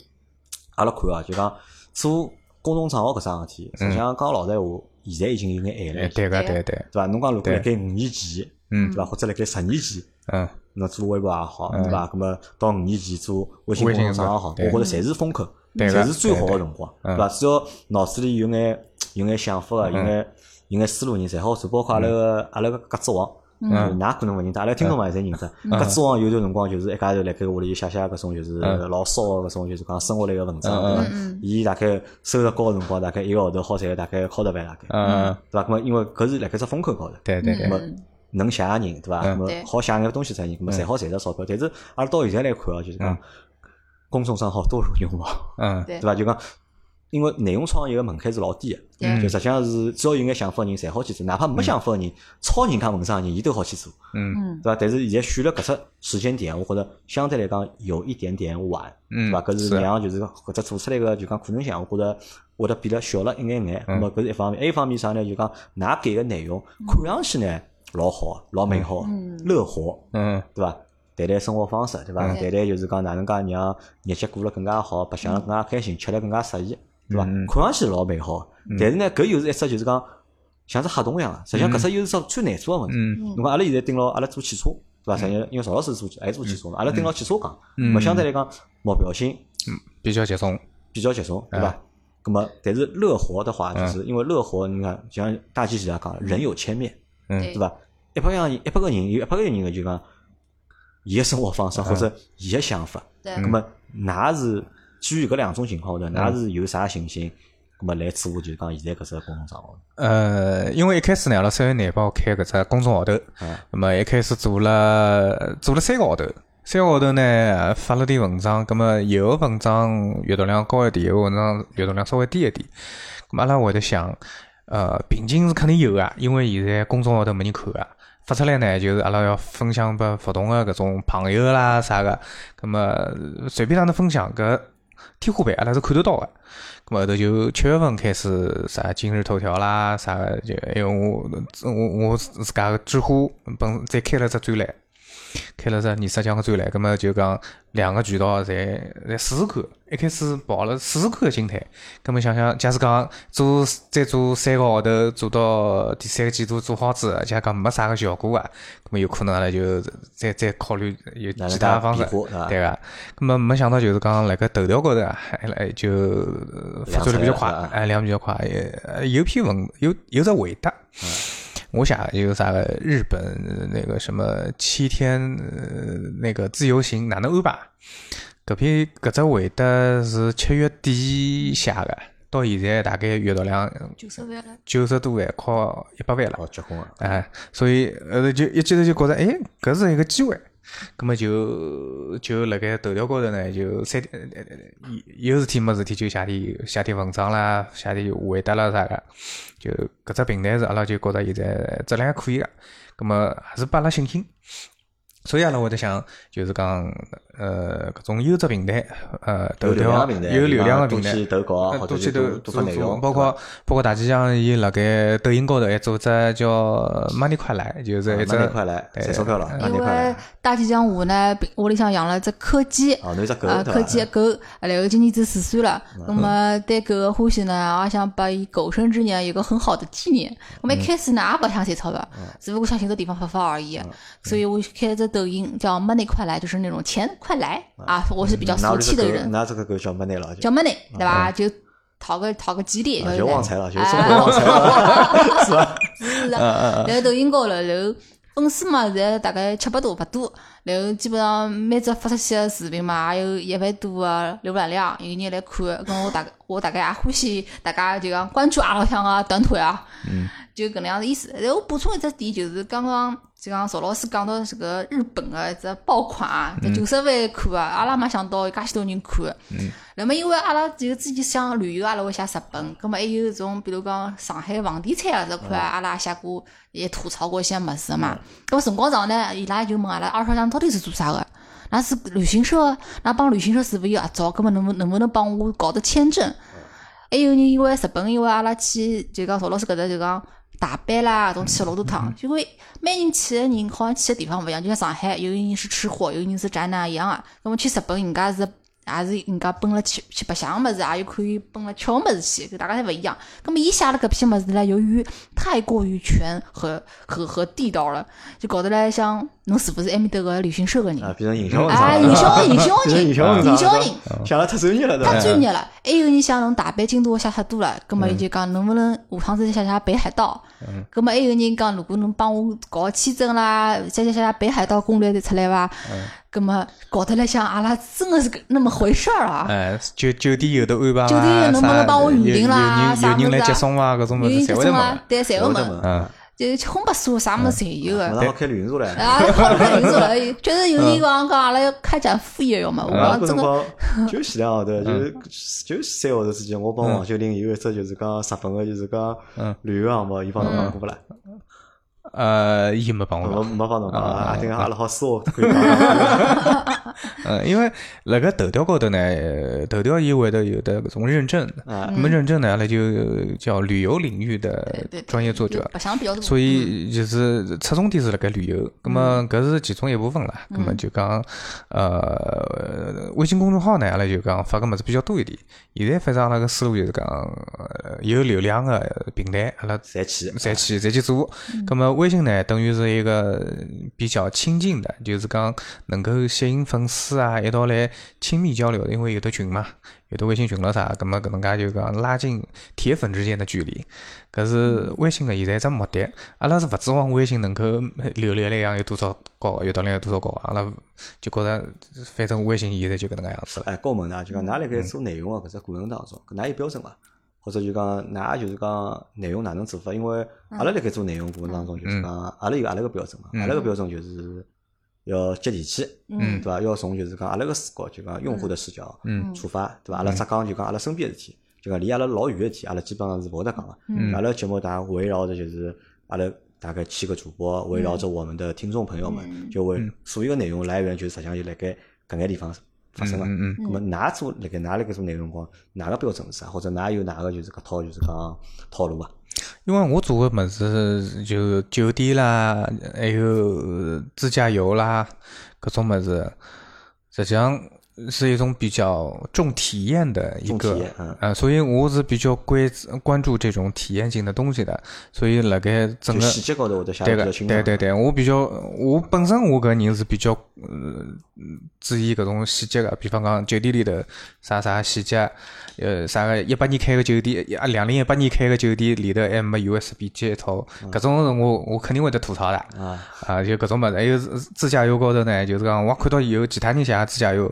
阿拉看啊，就讲做公众账号搿桩事体，实际上讲老实闲话，现在已经有眼晚
哎
了。
对个对对，
对伐？侬讲如果辣
对
盖五年前，
嗯
对伐？或者辣盖十年前，
嗯
侬做微博也好，对伐？那么到五年前做微信公众账号也好，
哎微信
我觉着侪是风口，
对
侪
个
是最好个辰光，
对
对
嗯
伐？只要脑子里有眼有眼想法个，有眼有眼思路人，侪好做。包括阿拉个阿拉个格子王。嗯，㑚可能勿认得，阿拉听众嘛也侪认得。格子王有段辰光就是一家头辣盖屋里写写搿种就是
嗯
老骚个搿种就是讲生活类个文章，对伐？伊大概收入高个辰光，大概一个号头好赚大概好得万大概，
嗯，
对伐？那么因为搿是辣盖只风口高头，
嗯
对对
那
对，
么能写个人对伐？那么
对
好写眼东西出来人，那么侪好赚到钞票。但是阿拉到现在来看啊，就是讲公众账号多如牛毛，
嗯
对
对伐？就讲因为内容创业个门槛是老低个，
对
就实际上是只要有眼想法个人侪好去做，哪怕没想法个人抄人家文章个人，伊都好去做，
嗯
嗯，
对伐？但是现在选了搿只时间点，我觉着相对来讲有一点点晚，
嗯
对伐？搿
是
是让就是搿只做出来个就讲可能性，啊我觉着会得变得小了一眼眼。
嗯
那么搿是一方面，还有一方面啥呢？就讲㑚给个内容看上去呢老好，啊老美好，乐活，
嗯
对伐？谈谈生活方式，对伐？谈谈就是讲哪能介让日节过了更加好，白相了更加开心，吃了更加适意，对伐？
嗯
看上去老美好，但是呢，搿又是一只就是讲像只黑洞一样的，啊实际上搿只又是只最难做个问题。
嗯
侬看阿拉现在盯牢阿拉做汽车，对伐？实际上因为邵老师做还做汽车
嗯
嘛，阿拉盯牢汽车讲，那么相对来讲目标性
比较集中，
比较集中，
嗯
对伐？那么但是乐活的话，就是因为乐活，你看就像大机器人讲
嗯
的，人有千面，
对
对伐？一百样人，一百个人有一百个人个就讲伊个生活
嗯
方式或者伊个想法，
对
那么㑚是基于搿两种情况
嗯
下头，㑚是有啥信心？那么来做就是讲现在搿只公众账号，
呃，因为一开始呢，阿拉三月廿八号开搿只公众号头，那么一开始做了做了三个号头，三个号头呢呃发了点文章，那么有个文章阅读量高一点，有个文章阅读量稍微低一点，咁阿拉会得想，呃，瓶颈是肯定有个，因为现在公众号头没人看个。发出来呢，就是阿拉要分享拨勿同个搿种朋友啦啥个，咁么呃随便哪能分享搿天花板阿拉啊是看得到个。咁么后头就七月份开始啥今日头条啦啥个，就还有我我我自家个知乎本再开了只专栏，开了只二十强个专栏，咁么就讲两个渠道侪侪试试看，一开始抱了试试看个心态，咁么想想，假使讲做再做三个号头，做到第三个季度做好子，假如讲没啥个效果啊，咁么有可能阿拉就再再考虑有
哪能
其他
介
方式
变化对伐，
对个。咁么没想到就是讲辣盖头条高头啊，还来就呃发展的比较
亮
快
出来了啊，
哎，量比较快。呃有篇文有有只回答，我想有啥个日本呃那个什么七天呃那个自由行哪能安排？搿篇搿只回答是七月底写个，到现在大概阅读量
九十万了，
九十多万，靠一百万了。
哦，结婚啊，
哎，所以后头就一记头就觉着，哎，搿是一个机会，葛么就就辣盖头条高头呢，就三天呃呃有有事体没事体就写点写点文章啦，写点回答啦啥个，就搿只平台是阿拉就觉着现在质量还可以个，葛么还是拨阿拉信心。所以阿拉会得想，就是讲，呃，搿种优质平台，呃，头
有流量的
条
平台啊
有流量的平台，
比方多去投稿或
呃
者
多
是
去
多
投
多发内
做
容
包括包括大吉祥伊辣盖抖音高头还做只叫 Money 快来，就是一只
那快来
哎
赚钞票了，那
因
快来
为大吉祥我呢，平屋里向养了只柯基，
哦，侬有只狗
啊，
对
柯基
伐？
的狗，然后今年子四岁了，那么对狗的欢喜呢，也想拨伊狗生之年有个很好的纪念。我们一开始呢也不想赚钞票，只不过想寻个地方发发而已。所以我开了只抖音叫 “money 快来”，就是那种钱快来啊，我是比较
那嗯
俗
这
气的
狗
人，
那这个狗叫没内了，就
叫 money 对吧？就讨个讨个吉利，
哎啊
是
就旺财了，就
哎
中国旺财了，是吧？
是
嗯
的，然后抖音高头，然后粉丝嘛，现在大概七百多不多，然后基本上每只发出去的视频嘛，也有一万多的浏览量，有人来看，跟我大概我大概也欢喜大家就讲关注阿拉向个短腿啊，
嗯
就搿能样子意思。然后我补充一只点，就是刚刚就讲曹老师讲到这个日本的一只爆款啊，在九十万看啊，阿拉没想到有介许多人看。那么因为阿拉就之前想旅游，阿拉会写日本，葛么还有种比如讲上海房地产啊这块，阿拉也写过也吐槽过一些物事的嘛。葛么辰光长呢，伊拉就问阿拉二少长到底是做啥个？那是旅行社，啊那帮旅行社是勿是有合作？葛么能不能不能帮我搞得签证？还有人因为日本，因为阿拉去就讲曹老师搿搭就讲大阪啦，种去了老多趟，就会每人去的人好像去的地方勿一样，就像上海，有人是吃货，有人是宅男一样啊。那么去日本，人家是也是人家奔了去去白相物事，啊也有可以奔了吃物事去，就大家侪勿一样。那么伊写了搿批物事呢，由于太过于全和和和地道了，就搞得来像侬是勿是埃面搭个旅行社个人？
啊，变成营销文
哎，
章
营
了，
销 营销
变成
人，
营销文章
营
了，
销人。
想了太专业了，对
太
伐？
专业了，还有人想从大阪、京都下太多了，葛
嗯
么伊就讲能不能下趟子再写写北海道？葛么还有人讲，如果能帮我搞签证啦，再写写写北海道攻略再出来伐？
嗯
葛么搞得来像阿拉真的是个那么回事儿啊！
哎，酒酒店有的安排啊，
酒店能不能
啥
帮我预
有
定啦
有
啥
人有
物
人
事
来
啊
接送啊，搿种物
有
事
人接
侪会得
送
我
问的，，嗯
啊对，侪会问
的
的，
嘛，
就是红白书啥么子侪有
我
的。
那好开旅行社嘞，
啊，好看清楚了，就是有
嗯
人讲讲阿拉要开展副业要嘛，我
我
啊
讲
搿
真
辰
的，
光 就前两个号头，
嗯
就是就三个号头之前，我帮王秀玲有一只就是讲日本个，就是讲
嗯
旅游项目，伊帮侬讲过勿啦？
呃，伊没帮我
没
弄。
没帮侬讲
啊
啊，听讲阿拉好私下可以 讲。
嗯，因为辣盖头条高头呢，呃头条伊会得有的搿种认证，
啊
那么认证呢，那就叫旅游领域
对
的
对，
专业作者
白。相比较多，嗯
所以就是侧重点是辣盖旅游，那么搿是其中一部分啦。那
嗯
么就讲，呃，微信公众号呢，阿拉就讲发个物事比较多一点。现在反正阿拉个思路就是讲，呃有流量个平台，阿拉
侪去，
再去再去做。那么微信呢，等于是一个比较亲近的，就是讲能够吸引粉丝啊，一道来亲密交流的，因为有的群嘛，有的微信群了啥，那么搿能介就讲拉近铁粉之间的距离。搿是微信的现在一只目的，阿拉是勿指望微信能够 流量量有多少高，阅读量有多少高，阿拉就觉着反正微信现在就搿能介样子了。
哎，跟我问㑚，就讲
嗯
㑚辣盖做内容啊个搿只过程当中，㑚有标准伐？或者就讲㑚就是讲内容哪能做法？因为
嗯
阿拉辣盖做内容过程当中，
嗯
就是讲阿拉有阿拉个标准嘛，阿拉个标准就是要接地气，
嗯
对伐？要从就是讲阿拉个视角，就讲用户的视角
嗯
出发，对伐？阿拉只讲就讲阿拉身边个事体，就讲离阿拉老远个事体，阿拉基本上是勿会得讲个。
嗯
阿拉节目大家围绕着就是阿拉大概七个主播，围绕
嗯
着我们的听众朋友们，就
嗯
为所有的内容来源就是实际上就辣盖搿眼地方发生
嗯
个。
嗯嗯，
咁么，㑚做辣盖㑚辣盖做内容辰光，哪个标准是啥？啊或者㑚有哪个就是搿套就是讲套路伐？啊
因为我做个物事就酒店啦，还有自驾游啦，各种物事，实际上是一种比较重体验的一
重
个
体验嗯，
呃，所以我是比较关关注这种体验性的东西的，所以辣盖整
就
个
细节高头会得写得
对
比
个
较清，啊
对
爽。
对对，我比较，我本身我个人是比较，呃，注意搿种细节个，比方讲酒店里头啥啥细节，呃，啥个一八年开个酒店，一啊两零一八年开个酒店里头还没 USB 接头，搿种是我我肯定会得吐槽的。
啊，
啊，就搿种物事，还有自自驾游高头呢，就是讲我看到有其他人写自驾游，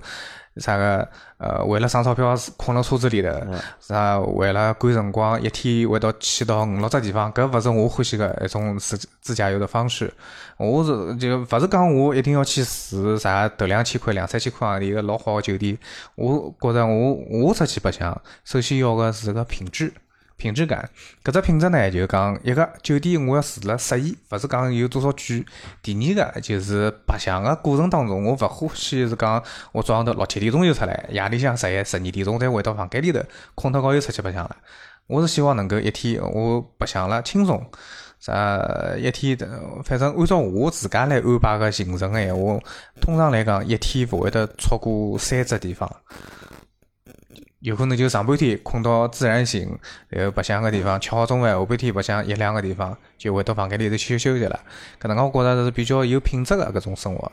啥个呃，为了省钞票困了车子里头，啥为了赶辰光，一天会到去到五六只地方，搿勿是我欢喜个一种自自驾游的方式。我是就勿是讲我一定要去住啥头两千块、两三千块行钿个老好个酒店，我觉着我我出去白相，首先要个是个品质。品质感，搿只品质呢，就是讲一个酒店我要住了适意，勿是讲有多少贵。第二个就是白相个过程当中，我勿欢喜是讲我早上头六七点钟就出来，夜里向十一十二点钟才回到房间里头，困脱觉又出去白相了。我是希望能够一天我白相了轻松，啥一天的，反正按照我自家来安排个行程个闲话，通常来讲一天勿会得超过三只地方。有可能就上半天困到自然醒，然后白相个地方吃好中饭，下半天白相一两个地方，就回到房间里头休息休息了。搿能介我觉着是比较有品质个搿种生活。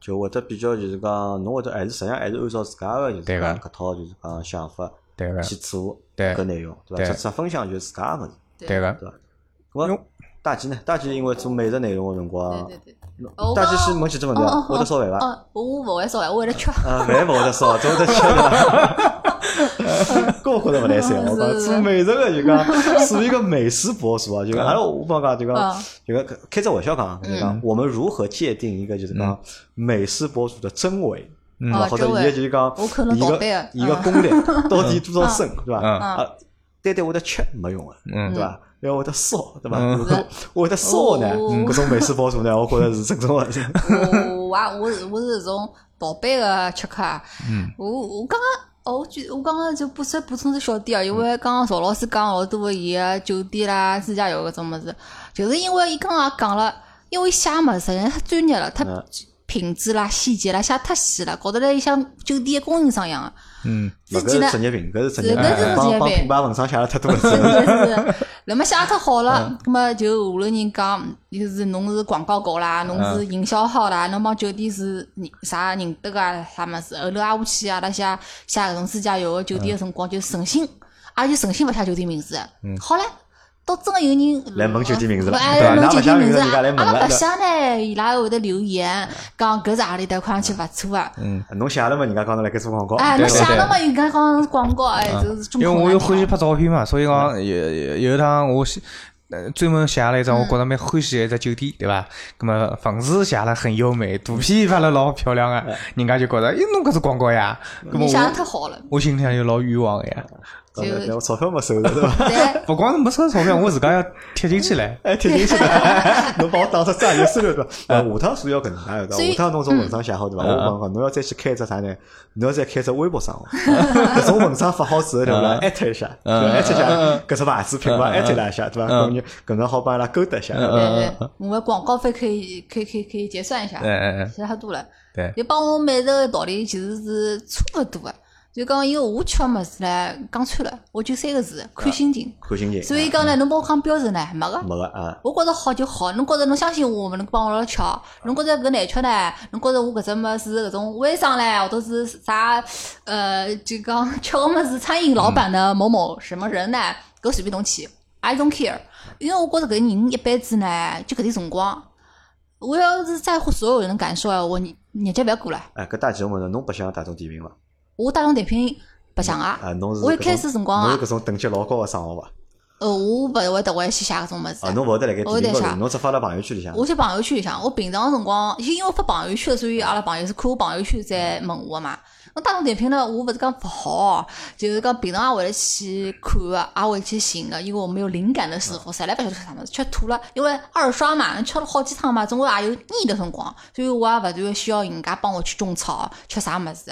就会得比较就是讲，侬会得还是实际上还是按照自家个就是
对
讲
个
搿套就是讲想法
对个，
去做
对
搿内容，对伐？
对
只只分享就是自家个物事，
对个，
对伐？咾么大吉呢？大吉因为做美食内容个辰光
对，对对，
侬
哦
大吉是问几只问题啊？
哦哦
会得烧饭伐？
哦，我勿会烧饭，我会得吃。
啊，饭勿会得烧，只会得吃对伐？ 搿我觉着勿来三，我讲
是
做美食个就讲属于一个美食博主啊，就
嗯
讲阿拉我帮讲就讲
嗯
就讲开只玩笑讲，啊就讲我们如何界定一个就是
嗯
讲美食博主的真伪，对伐？
哦
或者
真伪
伊个就是讲
我可能
一个
倒背啊
一个攻略到底多少深，对伐？
嗯
啊，单单会得吃没用个，
嗯
对伐？要会得烧，对伐？
嗯
如果会得烧呢，
嗯
搿种美食博主呢，我觉着是正宗个。
我我啊，我是我是种倒班个吃客啊。
嗯
我我刚刚。哦，我举我刚刚就补充补充只小点啊，因
嗯
为刚刚曹老师讲老多伊个酒店啦、自驾游搿种物事，就是因为伊刚刚也讲了，因为伊写物事实际上太专业了，太
嗯
品质啦、细节啦写太细了，搞得来像酒店个供应商一样啊。
嗯，
勿
自
搿
己
是
呢，
职业病，搿是职业病哎
搿是，职
帮
业
帮
病
品牌文章写了太多 了。
是
嗯
是，那么写得太好了，那么就下头人讲，就是侬是广告搞
嗯
啦，侬是营销号啦，侬帮酒店是认啥认得啊啥么子，后头挨下去阿拉写写搿种自驾游个酒店个辰光，就诚心，阿拉就诚心勿写酒店名字。好唻，到真个有人
嗯来问酒店名字了
哎，
对吧
来问
㑚
酒
勿写
店
名
名
字
字，
人家来问
阿
了
拉勿
对
写呢，伊拉会得留言，讲搿是阿里搭看上去勿错啊。
嗯
侬写了嘛？人家讲侬来给做广告，
哎，
对
侬
对
写
对
了嘛？人家讲广告，哎，
嗯
就是中
因为
国
我
人
又欢喜
讲
拍照片嘛，所以讲有有有一趟我写呃专门写了一张我觉着蛮欢喜的一只酒店，对伐？那么房子写了很优美，图片发了老漂亮啊，人家就觉着，哎，侬搿是广告呀？那么
你写得
我
太好了。
我心里向就老冤枉个呀。
对
就
嗯对对，我钞票没收着对伐？
对，
不光是没收钞票，我自家要贴进去嘞。
哎，贴进去 了，侬帮我打出战略策略对伐？哎，下趟所以要搿能介的，
所以
下趟侬从文章写好对伐？
嗯
我问讲，侬要再去开一只啥呢？侬要再开一只微博账号， 搿种文章发好之后对伐？
嗯
艾特一下，对
嗯
伐艾特一下搿只牌子品牌艾特伊拉一下对伐？
嗯
搿搿能好帮伊拉勾搭一下。
嗯
对对，我们广告费可以可以可以可以结算一下，
嗯嗯
其他多了。
嗯，
就帮我美食的道理其实是差不多的，就讲因为我吃的么子呢，讲穿了，我就三个字，看心情。
嗯
看心情，
所以讲呢，侬帮我讲标准呢，没个。
没个啊，
我觉着好就好，侬觉着侬相信我，侬帮我来吃。侬觉着搿难吃呢？侬觉着我搿只么是搿种微商唻，或者是啥呃， 就讲吃个么是餐饮老板的某某什么人呢？搿随便侬去，I don't care。因为我觉着搿人一辈子呢，就搿点辰光。我要是在乎所有人的感受啊，我日日脚勿要过了。
哎，搿大姐我问侬，侬白相大众点评伐？
我大众点评白相啊，
啊，侬是
我一
搿种
开始辰光
侬
啊
有搿，种等级老高个账号伐？
呃，我勿会得会去写搿种物事
啊，。侬勿会得辣盖
我有
点评
点
高
傻
头，侬只发到朋友圈里向。
我去朋友圈里向，我平常辰光，因为发朋友圈，所以阿拉朋友是看我朋友圈在问我嘛。那大众点评呢，我勿是讲勿好，就是讲平常也会得去看个，也会去寻个，因为我没有灵感的时候，实在勿晓得吃啥物事，吃吐了，因为二刷嘛，吃了好几趟嘛，总归也有腻的辰光，所以我也勿断需要人家帮我去种草，吃啥物事。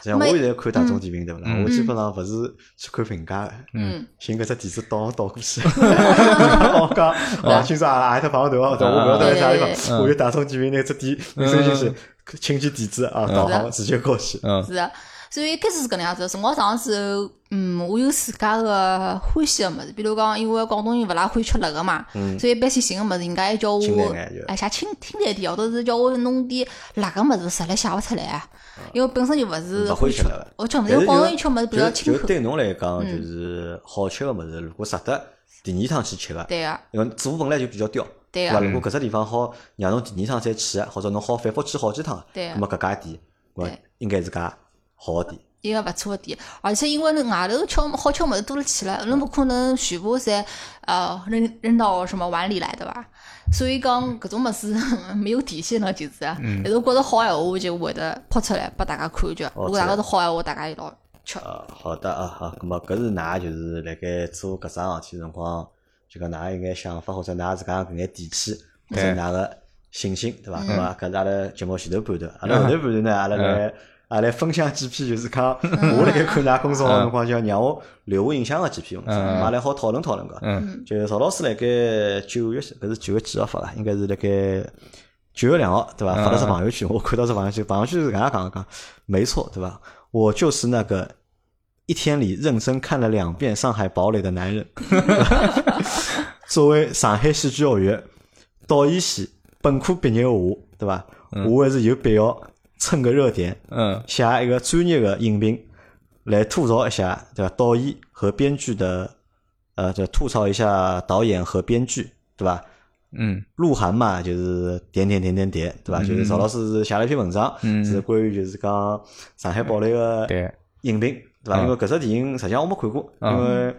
像我
没
现在看大众点评对勿啦？我基本上勿是去看评价个，
嗯，
寻搿只地址倒倒过 去，我讲哦，今朝阿拉阿头碰头啊，我勿晓得在啥地
嗯
方，我就大众点评拿只点搜进去，请记地址啊，导航直接过去。
嗯
是的，所以一开始是搿能样子。辰光长之后，嗯，我有自家个欢喜个物事，比如讲，因为广东人勿大欢喜吃辣个嘛，所以一般性寻个物事，人家还叫
嗯
我
清淡眼就
哎写清清淡点，或者是叫我弄点辣个物事，实在写勿出来啊，因为本身就勿是
勿欢喜
吃
辣个
我吃物事，
但是
因为广东人
就
吃物事比较
就
清嗯
就
口，
对侬啊来讲，就是好吃个物事，如果值得第二趟去吃个，
对啊个、
因为做本来就比较刁。
对啊
对
个、
伐？如果搿只地方好让侬第二趟再去，或者侬好反复去好几趟，
对
那么搿家店，我
对
应该是家好个店。
一个勿错个店，而且因为侬外头吃好吃物事多了去了，侬勿可能全部侪呃扔扔到什么碗里来，对伐？所以讲搿种物事 没有底线了，其实。但是我觉着好闲话，就会得抛出来拨大家看一下。如果大家是好闲话，大家一道吃。
呃，好的啊，好，咁么搿是㑚就是辣盖做搿桩事体辰光，就讲㑚一眼想法或者㑚自家搿眼底气或者
对
㑚个信心，对
嗯
伐？咁么搿是阿拉节目前头半段，阿拉后头半段呢，阿拉
嗯
来阿拉来分享几篇，就是讲我辣盖看㑚公众号辰光，就让我留下印象个几篇文章，
嗯
阿拉好讨论讨论个。
嗯
就是曹老师辣盖九月，搿是九月几号发个？应该是辣盖九月两号，对伐？
嗯
发了只朋友圈，我看到只朋友圈，朋友圈是搿能介讲的讲，没错，对伐？我就是那个一天里认真看了两遍《上海堡垒》的 男人。作为上海戏剧学院导演系本科毕业的我，对伐？我还是有必要蹭个热点，
嗯
写一个专业的影评来吐槽一下，对吧？导演和编剧的，呃，就吐槽一下导演和编剧，对吧？
嗯
鹿晗嘛，就是点点点点点，对吧？就是曹老师是写了一篇文章，
嗯
是关于就是讲上海堡垒的
对，
影评，对伐？
嗯
因为搿只电影实际上我没看过，
啊
因为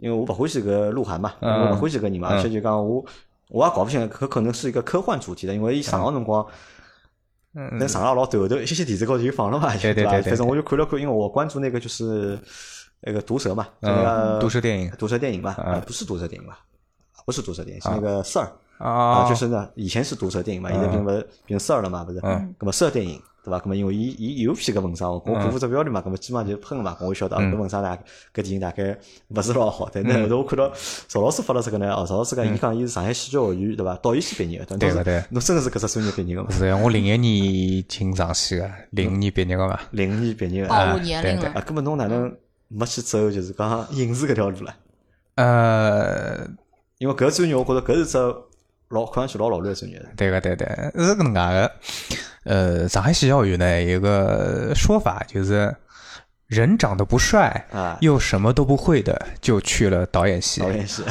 因为我勿欢喜搿鹿晗嘛，因为
嗯
我勿欢喜搿人嘛，而且就讲我我也搞勿清，搿可能是一个科幻主题的，因为伊上个辰光。
嗯
但上了老短，后头一些些电视高头就放了嘛，
对对
吧？
对对
反正我就看了看，因为我关注那个就是那个毒蛇嘛，就那
嗯，
个
毒舌电影
毒蛇电影嘛，
嗯
啊不是毒蛇电影吧？不是毒蛇电影，是那个 Sir
啊，
就是呢，以前是毒蛇电影嘛，现在并不是变 Sir 了嘛，不是？
嗯
那么 Sir 电影对吧？那么因为伊伊有篇个文章，我看过只标题嘛，那么基本上就喷嘛，我就晓
嗯
得啊搿文章大搿电影大概勿是老好，但那后头我看到曹老师发了这个呢，哦，曹老师讲伊讲伊是上海戏剧学院对吧？导演系毕业的，但
嗯对
当时
对
侬真的是搿只专业毕业个嘛？
是我零一年进上戏个，零五年毕业个嘛，
零五年毕业的
暴
啊
露年龄
对
啊，
了，
搿么侬哪能没去走就是讲影视搿条路唻？
呃，
因为搿专业我觉着搿是只老看上去老老卵的专业。
对个，对对，是搿能介个。呃，上海戏剧学院呢有个说法，就是人长得不帅
啊
又什么都不会的，就去了导演系
导。演系，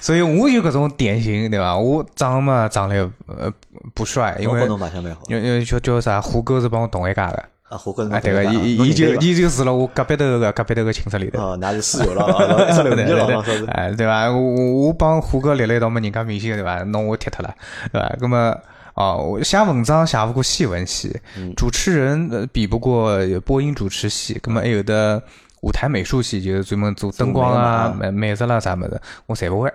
所以我有搿种典型，对吧？我长嘛长得呃不帅，因
我
为
跟侬卖相蛮好
因为因为叫叫啥胡歌是帮我同一届的，
啊，胡歌侬
啊对个，
伐
伊
侬
伊伊就
认得伐
伊就住了我隔壁头个隔壁头个寝室里头。
哦，那是室友了啊，老一直留
对
你
对
了，
对
老早是
哎，对伐？我我我帮胡歌立了一道嘛，人家明星对伐？弄我踢脱了，对伐？那么哦，我写文章写勿过戏文系，
嗯
主持人呃比不过播音主持系，那么还有的舞台美术系，就是专门做灯光啊
做、
美美术啦啥么子，我侪勿会，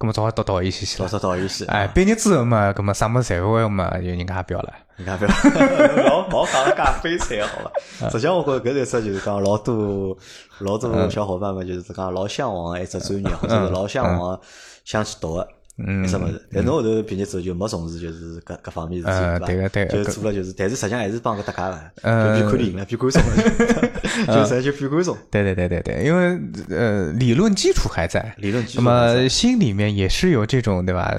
那么只好到导演系去
老
了。
早导演系。
哎，，毕业之后嘛，那么啥么子侪勿会嘛，就人家也不要了。
你看不要， 老老讲了介悲惨好
啊
伐？实际上我觉着搿是一只就是讲老多老
嗯
多小伙伴们就是讲老向往的一只专业，或者是老向
嗯
往想去读个一只物事。但侬后头毕业之后就没从事就是搿搿方面事
呃
体，
对
伐？
个对个
就是做了就是，但是实际上还是帮搿搭界个，
呃
就比看电影了，比观众了，
嗯
就实际上就比观众。
对对对对对，因为呃理论基础还在，
理论基础
那么心里面也是有这种对吧，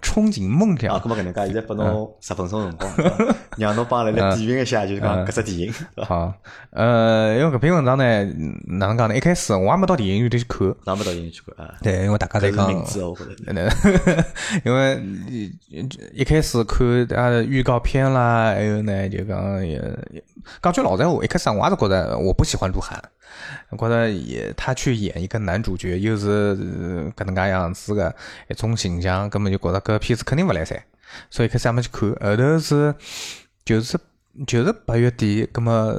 憧憬梦想
啊，搿么搿能介，现在拨侬十分钟辰光，对伐 让侬帮阿拉
啊
来点评一下，就是讲搿只电影，对伐？
好，呃，因为搿篇文章呢，嗯哪能讲呢？一开始我还没到电影院里去看，
哪没到影院去看啊？
对，因为大家
搿
在
是
讲，
名字，我觉着。
呃 因为一一开始看它的预告片啦，还有呢就讲也，也讲句老实话，一开始我也是觉得我不喜欢鹿晗，我觉得也他去演一个男主角，又是呃搿能介样子个一种形象，根本就觉得搿片子肯定勿来三，所以一开始也没去看，后头是就是。就是八月底，葛么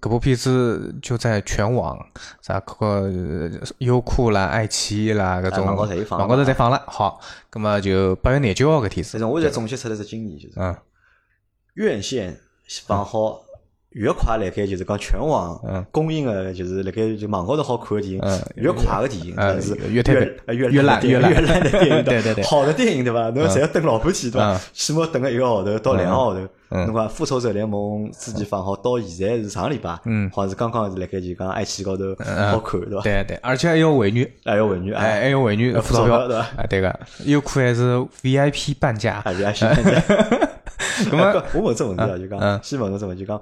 搿部片子就在全网啥搿个呃优酷啦、爱奇艺啦搿种
啊网高头侪放了
网高头侪放了。好，葛么就八月廿九哦号搿天
反
子，
正我现在总结出来是今年，就是
嗯
院线放好越快，辣盖就是讲全
嗯
网公映的，就是辣盖就网高头好看的电影，越快的电影，
呃
但是
嗯越特别
呃
越
越
烂
越
越烂
越烂的电影，
对对对
好的电影对伐？侬侪要等老半天对伐
嗯？
起码等个一个号头到两个号头。
嗯
侬看《复仇者联盟》之前放好，到现在是上个礼拜，
嗯
好像是刚刚是辣盖就讲爱奇艺高头好看对伐？
对对，而且还有美女，
还有美女啊，
哎，还有美女
呃
付钞
付
票
钞票对吧
啊，对个，优酷还是 VIP 半价，
还是爱 奇艺。
葛么
哎不 我问这问题啊，就讲
嗯
先问侬这问题，就讲，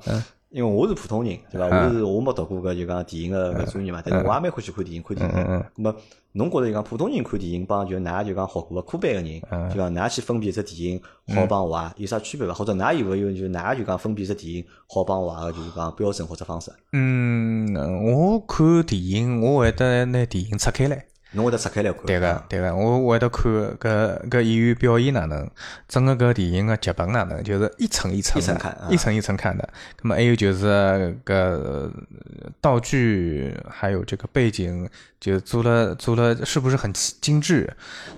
因为我是普通人，对伐？我是我没读过搿就讲电影个
嗯
搿专业嘛，但是我也蛮欢喜看电影，看电影的。那么侬觉着就讲普通人看电影帮就㑚就讲学过个科班个
嗯
人，就讲㑚去分辨一只电影好帮坏有啥区别伐？或者㑚有没有就㑚就讲分辨一只电影好帮坏个就是讲标准或者方式？
嗯，我看电影，我会得拿电影拆开来，
侬会得拆开来看。
对啊个，对个，我我会得看搿搿演员表演哪能，整个搿电影个剧本哪能，就是一层一层
一层
的
看啊
一层一层看的。那么还有就是搿呃道具，还有这个背景，就做了做了，是不是很精致？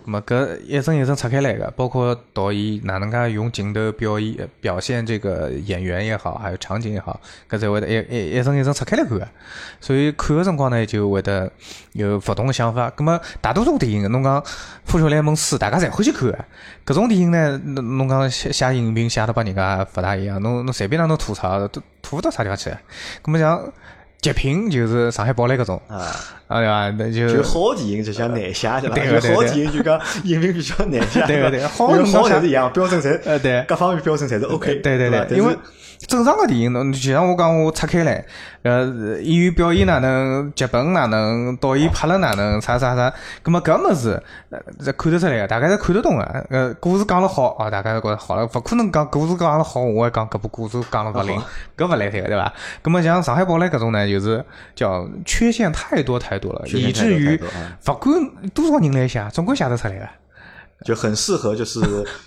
那么搿一层一层拆开来个，包括导演哪能介用镜头表演呃表现这个演员也好，还有场景也好，搿才会得一一一层一层拆开来看个。所以看个辰光呢，就会得有勿同个想法。葛么大多数电影，侬讲《复仇联盟四》，大家侪欢喜看个。搿种电影呢，侬侬讲写写影评写得帮人家勿大一样，侬侬随便让侬吐槽，都吐勿到啥地方去。葛么像极品就是上海堡垒搿种，
啊，
啊对伐？那就
就好电影就像难写对伐？
对个
就好
对个
电影就讲 影评比较难写，
对
个
个对个好
好
侬
好
想
侪是一样，标准侪
呃对
各方面标准侪是 OK，
对对
对吧
对，因为正常个电影，侬就像我讲，我拆开来，呃，演员表演哪能，剧本哪能，导演拍了哪能，啥啥啥，葛么搿物事，呃，是看得出来个，大家侪看得懂个。呃，故事讲了好啊，大家侪觉着好了，勿可能讲故事讲了好，我还讲搿部故事讲了勿灵，搿勿来三个对伐？葛么像上海堡垒搿种呢，就是叫缺陷太多太多了，
缺陷太
以
多
至于
太多啊
勿管多少人来写，总归写得出来个。
就很适合就是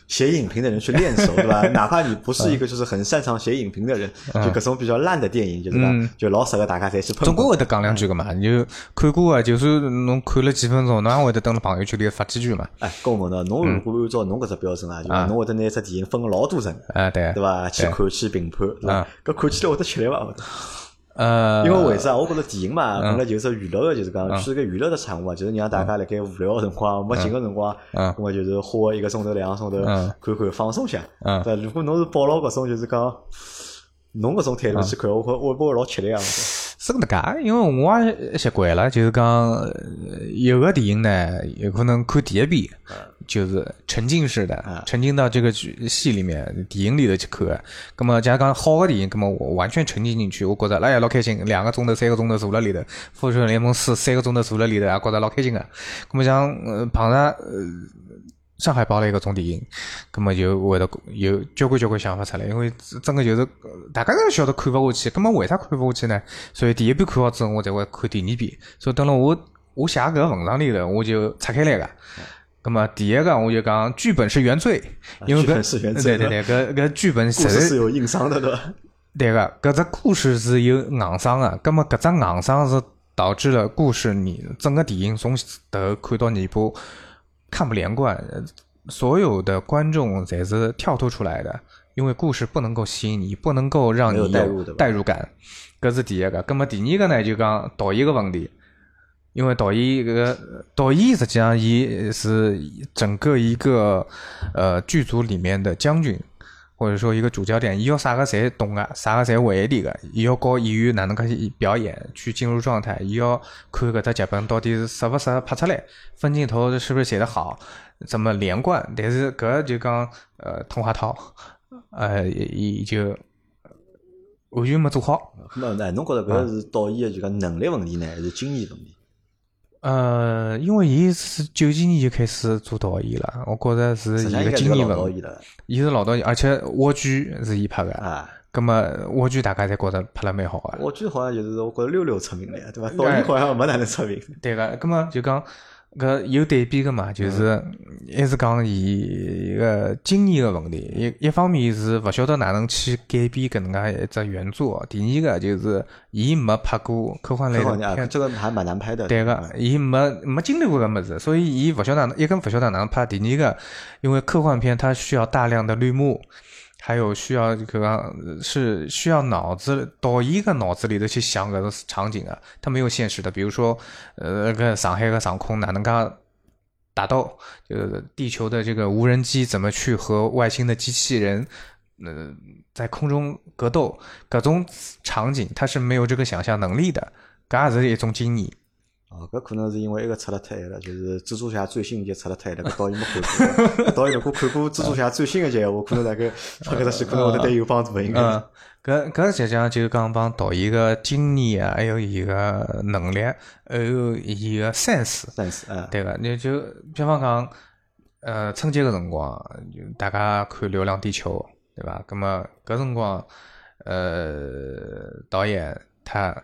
写影评的人去练手，对 吧？哪怕你不是一个就是很擅长写影评的人，就各种比较烂的电影，就是吧，就老适合大家侪去碰碰。
嗯总归会得讲两句个嘛，你就看过啊，就算侬看了几分钟，侬也会得登了朋友圈里发几句嘛。
哎，跟我们呢，侬
嗯
如果按照侬搿只标准啊，就是侬会得拿一只电影分老多人，
啊，对，
对伐？去看去评判，对伐
啊？
搿看起来会得吃力伐？会得
呃，嗯
因为为啥？我觉着电影嘛，本来就是娱乐个，就是讲是个娱乐的产物嘛，就是让大家辣盖无聊个辰光、没劲个辰光，
嗯
咁么就是花一个钟头、两个钟头
嗯
看看放松下
嗯。
对，如果侬是抱牢搿种就是讲侬搿种态度去
嗯
看，我会我会老吃力啊。
是搿能介，因为我也习惯了，就是讲呃有个电影呢，有可能看第一遍，就是沉浸式的，沉浸到这个剧戏里面、电影里头去看。那么假如讲好个电影，那么我完全沉浸进去，我觉着哎呀老开心，两个钟头、三个钟头坐辣里头，《复仇者联盟四》三个钟头坐辣里头，也觉着老开心啊个。那么像呃碰上呃上海堡垒搿种电影，葛么就会得有交关交关想法出来，因为真个就是呃大家侪晓得看勿下去，葛么为啥看勿下去呢？所以第一遍看好之后，我才会看第二遍。所以等了我我写搿个文章里头，我就拆开来个。葛么第一个我就讲剧本是原罪，因为搿
啊剧本是原罪
对对对，搿搿剧本
故
实
事
在
是有硬伤的，对 伐？
对个，搿只故事是有硬伤个，葛末搿只硬伤是导致了故事你整个电影从头看到尾巴看不连贯，呃所有的观众侪是跳脱出来的，因为故事不能够吸引你，不能够让
没
你
有代入对吧
代入感，搿是第一个。葛末第二个呢，就讲导演个问题。因为导演搿个导演实际上伊是整个一个呃剧组里面的将军，或者说一个主教练，伊要啥个侪懂个，啥个侪会理个，伊要教演员哪能介去表演，去进入状态，伊要看搿只剧本到底是适勿适合拍出来，分镜头是不是写得好，怎么连贯。但是搿就讲呃童话套，呃伊伊就完全没做好。
那那侬觉着搿
嗯
是导演的就讲能力问题呢，还是经验问题？
呃，因为伊是九几年就开始做导演了，我觉着是
实际上应
伊个
该是
经
个
验
老导
问题。
演了
伊是老导演，而且《蜗居》是伊拍个，
啊。
葛么《蜗居》大家侪觉着拍了蛮好个。
我觉得好像就是我觉着六六出名了呀，对伐？导演好像没哪能出 名。
对个，葛么就讲搿有对比个嘛，就是还是讲伊个经验个问题。一一方面是勿晓得哪能去改编搿能介一只原作，第二个就是伊没拍过科幻类
很
的
好像啊，
片。
这个还蛮难拍的。
对
嗯
个，伊没没经历过搿物事，所以伊勿晓得哪一根勿晓得哪能拍。第二个，因为科幻片它需要大量的绿幕，还有需要搿个是需要脑子导演个脑子里头去想搿种场景啊，它没有现实的。比如说，呃，搿上海个上空哪能介打斗，就是地球的这个无人机怎么去和外星的机器人，呃，在空中格斗，各种场景它是没有这个想象能力的，搿也是一种经验。
哦，搿可能是因为一个出了太晚了，就是蜘蛛侠最新一集出了太晚了，搿导演没看 过。搿导演如果看过蜘蛛侠最新一集，我可能大概拍搿只戏可能会得对伊有帮助吧，应该。
嗯，搿搿实际上就是讲帮导演个经验啊，还有伊个能力，还有伊个 sense，
但是啊，
对个，你就比方讲，呃，春节个辰光，就大家看《流浪地球》，对伐？葛么搿辰光，呃，导演他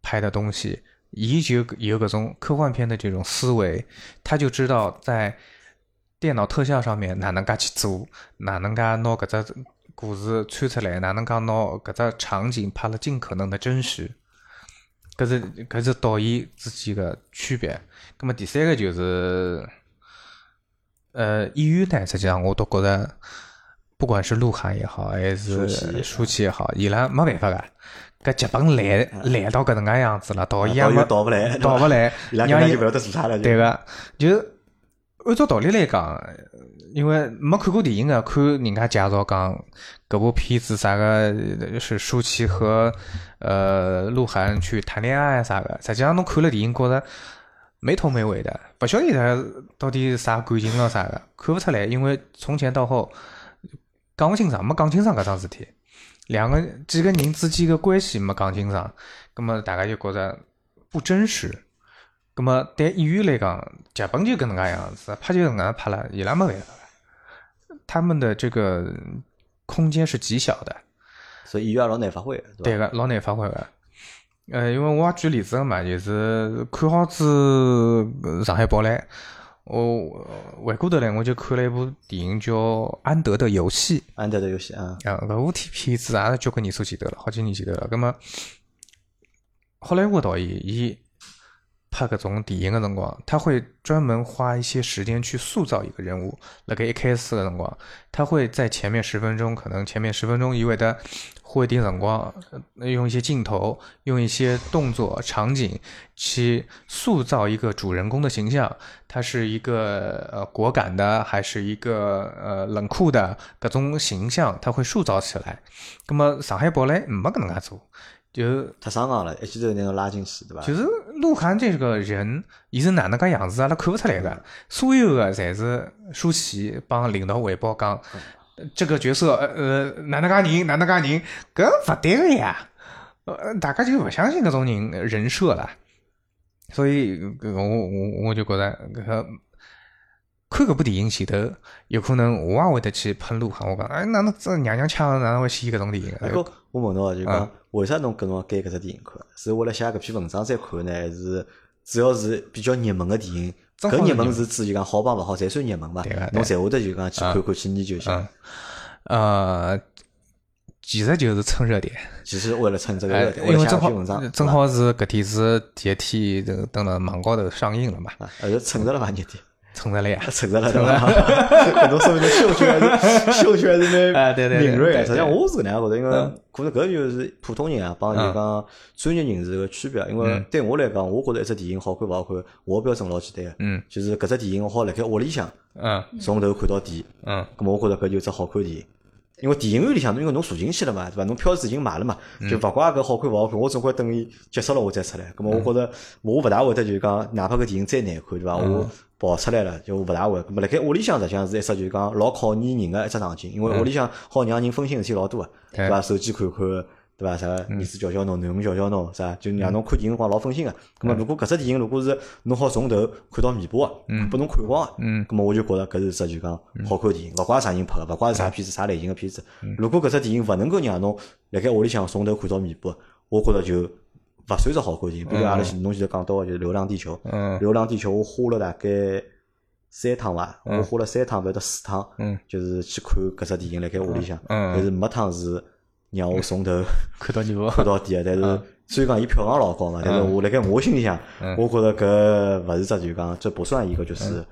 拍的东西伊就有搿种科幻片的这种思维，他就知道在电脑特效上面哪能介去做，哪能介拿搿只故事穿出来，哪能介拿搿只场景拍了尽可能的真实。搿是搿是导演之间的区别。葛么第三个就是，呃，演员呢，实际上我都觉着，不管是鹿晗也好，还
舒淇也
是
好
舒淇也好，伊拉没办法个，搿剧本
嗯
烂烂到搿能介样子了，导演也
导
没
演倒不来，对
倒
吧
勿来，
伊拉
让
根本
伊
就勿晓得做啥了，就
对个，就是按照道理来讲，因为没看过电影个，看人家介绍讲搿部片子啥个呃是舒淇和呃鹿晗去谈恋爱啊啥个，实际上侬看了电影觉着没头没尾的，勿晓得伊拉到底是啥感情咯啥个，看勿出来，因为从前到后讲勿清爽，没讲清爽搿桩事体。两个几个人之间的关系没讲清爽，葛么大家就觉着不真实。葛么对演员来讲，剧本就搿能介样子，拍就搿能介拍了，伊拉没办法了，他们的这个空间是极小的。
所以演员也老难发挥，
对
伐？
个，老难发挥个。呃，因为我也举例子个嘛，就是看好子呃上海堡垒，我呃回过头来我就看了一部电影叫《安德的游戏》。
安德的游戏啊，
啊，搿部片片子也是交关年数前头了，好几年前头了。葛么，好莱坞的导演伊拍搿种电影个辰光，他会专门花一些时间去塑造一个人物。辣盖一开始个辰光，他会在前面十分钟，可能前面十分钟以外的花一点辰光，呃用一些镜头，用一些动作场景去塑造一个主人公的形象。他是一个呃果敢的，还是一个呃冷酷的各种形象，他会塑造起来。那么上海堡垒没搿能介做，就
太上岗了，一记头拿侬拉进去，对伐？
就是鹿晗这个人，伊是哪能介样子，阿拉看勿出来个。所有个侪是舒淇帮领导汇报讲，这个角色呃呃哪能介人哪能介人，搿勿对个呀。呃，大家就勿相信搿种人呃人设了。所以，搿我我我就觉得搿看搿部电影前头，有可能我也会得去喷鹿晗，我讲，哎，哪能这娘娘腔，哪能会演搿种电影啊？
哎，哥，我问侬哦，就
嗯
讲为啥侬搿辰光拣搿只电影看？是为了写搿篇文章再看呢，还是只要是比较热门个电影？
正好
搿
是
热门是指就讲好帮勿好，侪算热门嘛
对啊个对？嗯
侬侪会得就讲去看看去研究一下。
呃，其实就是蹭热点。
其实为了蹭这个
哎
热，点，为
因
了
为
写
正
搿
好
篇文章，对
正
伐
好是搿天是第一天，这个登了网高头上映了嘛，
啊，后头蹭着了伐？热点，
冲着了呀。
蹭着了对 伐？搿侬说明侬嗅觉还是嗅觉还是
哎对对
蛮
对
敏锐
对嗯
的。
对
实际上我是搿能样觉得，因为可能搿就是普通人啊，帮
嗯
就讲专业人士个区别。因为对我来讲，我觉得一只电影好看勿好看，我标准老简单个。
嗯
就是搿只电影，我好辣盖屋里向
嗯
从头看到底，
嗯，
咁么我觉着搿就是只好看电影。因为电影院里向，因为侬坐进去了嘛，对伐？侬票子已经买了嘛，就勿怪搿好看勿好看，我总归等伊结束了我再出来。咁么我觉着我勿大会得就是讲，哪怕搿电影再难看，对伐？我跑出来了就勿大会。咁么辣盖屋里向实际上是一只就是讲老考验人个一只场景，因为屋里向好让人分心的事体老多个，对伐？手机看看，对伐？啥个
嗯
儿子叫叫侬，囡恩叫叫侬，啥就让侬看电影辰光老分心个。
嗯
咁么如果搿只电影如果是侬好从头看到尾巴个，拨侬看光个，
嗯
咁么我就觉着搿是只就讲好看电影，勿怪啥人拍个，勿怪是啥片子、啥类型个片子。
嗯
如果搿只电影勿能够让侬辣盖屋里向从头看到尾巴，我觉着就勿算是好看电影。比如阿拉前侬前头讲到个就是《流浪地球》，
嗯
《流浪地球》我花了大概三趟伐，我花了三趟勿要到四趟，
嗯
就是去看搿只电影辣盖屋里向，
嗯嗯
但是没趟是让我从头
看到你嗯不？
看到底啊个。但是虽然讲伊票房老高嘛，但是我辣盖我心里向，
嗯
我觉着搿勿是只就讲，这不算一个就是，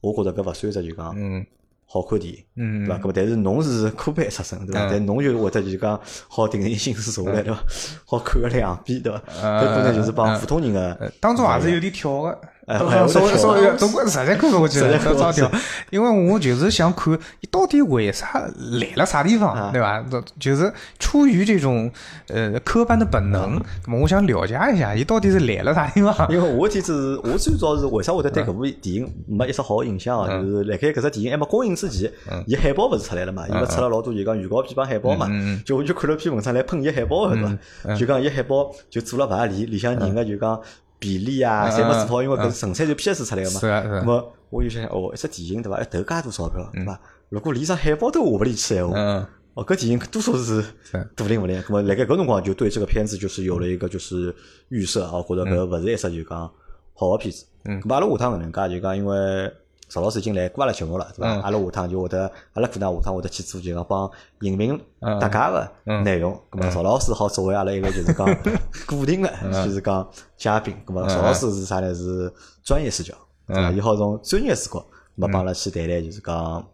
我觉着搿勿算只就讲
嗯
好看电影。对伐？
嗯
搿么但是侬是科班出身，对伐？
嗯
但侬就会得就是讲好定定心思坐下来，对伐？ 好看个两遍，对伐？
嗯
搿可能就是帮普通人个
呃，当中还是有点跳个。
哎
当
哎
中稍
我
微
在
稍
跳
微，总归实在看不下去
实在
了，
看不下
照
去
跳。因为我就是想看，伊到底为啥来了啥地方，对吧？这就是出于这种呃科班的本能，那么我想了解一下，伊到底是来了啥地方？
因为我天子是，我最早是为啥会得对搿部电影没一只好印象
嗯
啊？就是辣盖搿只电影还没公映之前，伊海报勿是出来了嘛？伊
嗯
勿出了老多就讲预告片帮海报嘛？就我就看了篇文章来喷伊海报，
嗯
对伐？就讲伊海报就做了勿合理，里向人个就讲比例啊，
嗯
侪没
嗯
做好，因为
嗯
搿纯粹就 PS 出来个嘛
是。啊，是
那
啊。
么我就想，哦，一只电影对伐？要投介多少票对伐？如果连张海报都下勿里去闲话，
嗯
哦，搿电影多少是大灵勿灵，咾么辣盖搿辰光就对这个片子就是有了一个就是预设啊，或者搿勿是一只就讲好个片子。嗯，咾阿拉下趟搿能介就讲，因为邵老师已经来过阿拉节目了，对伐？阿拉下趟就会得，阿拉可能下趟会得去做就讲帮影评大家个内容。咾么邵老师好作为阿拉一个就是讲 固定个就是讲嘉宾。咾么邵
嗯
老师是啥呢？是专业视角，对伐？伊好从专业视角，咾么
嗯
帮阿拉去谈谈就是讲。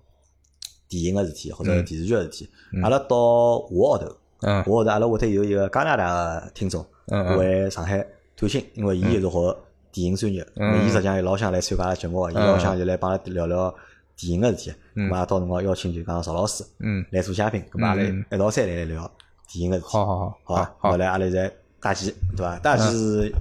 电影个事体或者电视剧个事体，阿拉到下个号头，下
嗯
个号头阿拉会得有一个加拿大个听众回上海探亲，因为伊也是学电影专业，
嗯
那伊实际上也老想来参加阿拉节目个，伊老想就来帮阿拉聊聊电影个事体。咁啊，到辰光邀请就讲邵老师
嗯，
来做嘉宾，咁啊，阿拉一道再来聊电影个事体。
好好好，
好啊，
好
后来阿拉在大吉，对伐？大吉是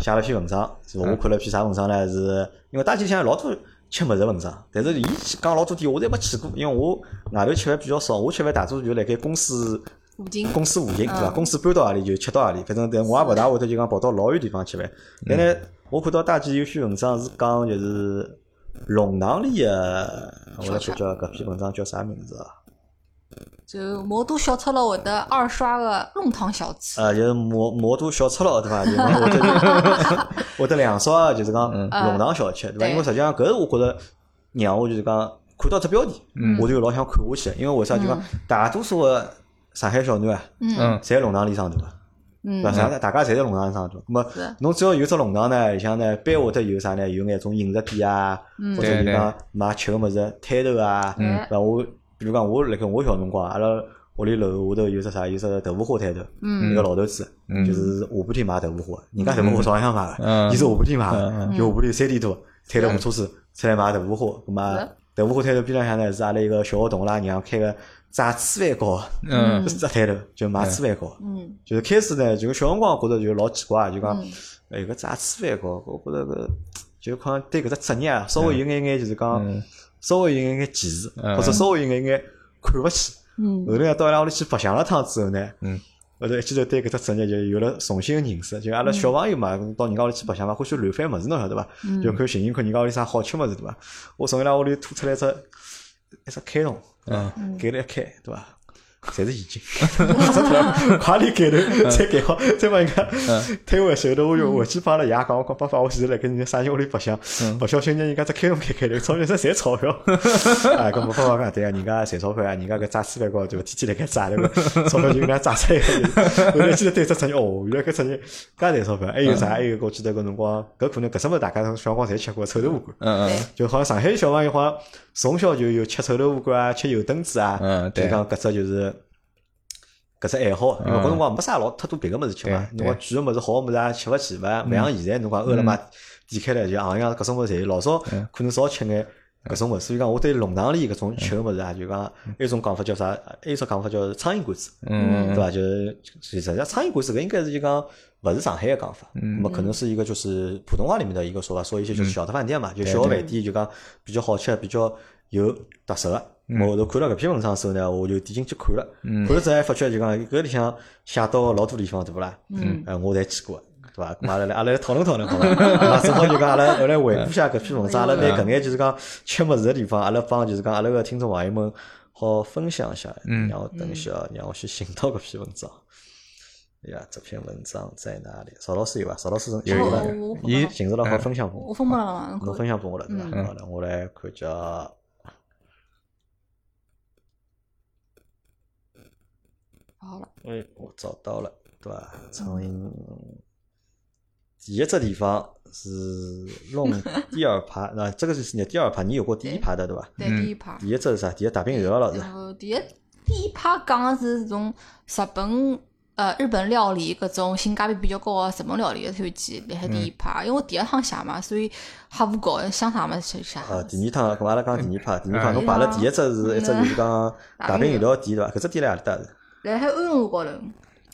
写了篇文章，是吧我看了篇啥文章呢？是因为大吉写老多吃物事文章，但是伊讲老多点我侪没去过，因为我外头吃饭比较少，我吃饭大多数就辣盖公司
附近
公司附近，对伐？公司搬到何里就吃到何里，反正但我也勿大会得就讲跑到老远地方吃饭。但呢，我看到大吉有篇文章是讲就是弄堂里个，我来看叫搿篇文章叫啥名字啊？
就魔都小赤佬会得二刷个弄堂小吃，
呃，就是魔魔都小赤佬对伐？就是我这 就我得两烧啊，就是讲弄堂小吃对伐？
嗯对
因为实际上搿是我觉着让我就是讲看到只标题，
嗯
我就老想看下去，因为为啥就讲大多数个上海小囡啊，
嗯
侪弄堂里长大个。
嗯
对伐？啥大家侪是弄堂里长大，那么
是
侬只要有只弄堂呢，里向呢，必会得有啥呢？有眼种饮食店啊，或者
对
就
对
讲卖吃个物事摊头啊，
嗯
对伐？我比如讲，我辣盖我小辰光，阿拉屋里楼下头有只啥，有只豆腐花摊头，一个老头子，就是下半天卖豆腐花，人家豆腐花照样卖
嗯
个，伊是下半天卖个，就下半天三点多摊了部车子出来卖豆腐花，咁啊
是，
豆腐花摊头边浪向呢是阿拉一个小学同学拉娘开个炸粢饭糕，
嗯
是只摊头就卖粢饭糕。
嗯，
就是开始呢，就小辰光觉着就老奇怪，就讲哎搿炸粢饭糕，我觉着搿就可能对搿只职业啊，稍微有眼眼就是讲稍微有眼眼歧视，
嗯
或者稍微有眼眼看勿起。
嗯
后头呢，到伊拉屋里去白相了趟之后呢，
嗯，
后头一记头对搿只职业就有了重新的认识。就阿拉小朋友嘛，到人家屋里去白相嘛，欢喜乱翻物事，侬晓得伐？就看寻寻看人家屋里啥好吃物事，对伐？我从伊拉屋里拖出来一只一只开笼，
嗯
给了一开，对伐？侪是现金，只突然快点改头，再改好，再帮人家推回去。后头我就回去帮阿拉爷讲，我讲爸爸，我现在辣盖人家啥人屋里白相，勿小心让人家只开笼开开头，钞票只赚 钞票。啊，搿没办法讲，对啊，人家赚钞票啊，人家搿炸四百高对伐？天天辣盖炸对伐？钞票就搿能炸出来。后来记得对只职业，哦，原来搿职业介赚钞票，还有啥？还有我记得搿辰光，搿可能搿什么大家小辰光侪吃过，臭豆腐干。
嗯
对
嗯，
就好像上海小朋友好像从小就有吃臭豆腐干啊、吃油墩子啊，
嗯
就
对
讲搿只就是搿只爱好，因为搿辰光没啥老太多别个物事吃嘛，
对
侬讲贵个物事、好个物事也吃勿起，勿勿像现在侬讲饿了么点开来就行样搿种物事侪有，老早可能少吃眼。搿种物事，所以讲我对弄堂里搿种吃个物事啊，就讲，还有一种讲法叫啥？还有一种讲法叫苍蝇馆子，
嗯
对伐？就是实际上苍蝇馆子搿应该是就讲勿是上海个讲法，那么可能是一个就是普通话里面的一个说法，说一些就是小的饭店嘛，就小的饭店就讲比较好吃、比较有特色个。我后头看了搿篇文章的时候呢，我就点进去看了，看了之后还发觉就讲搿里向写到个老多地方对勿啦？
嗯，
呃，我侪去过。对伐？咁啊阿拉来，阿拉来讨论讨论 好伐？啊，正好就讲阿拉后来回顾
嗯
下搿篇文章，阿拉拿搿眼就是讲吃物事个地方，阿拉帮就是讲阿拉个听众朋友们好分享一下。
嗯
让我等一下，让我去寻到搿篇文章。哎呀，这篇文章在哪里？邵老师有伐？邵老师
有
寻
有
到了
有
伊
寻到了好分享拨
我
我，
分不了嘛，侬
侬
看
分享拨我了对伐？
嗯
好了，我来看一下。
好了，
哎，我找到了，对伐？苍蝇，第一只地方是弄第二排，那这个就是你的第二排，你有过第一排的对伐？
对
嗯
第一排
第，一只是啥？第一大饼油了是吧？
然后第一第一趴讲的是种日本呃日本料理搿种性价比比较高的日本料理的推荐，辣海第一
嗯
趴，因为我第一趟写嘛，所以瞎胡搞，想啥么子就写啥
啊，
么子。
第二趟，搿阿拉讲第二趴，第二趴
嗯
侬摆了第一只是一只就是讲大饼油条店对伐？搿只店辣何里搭是？
辣海安龙路高头，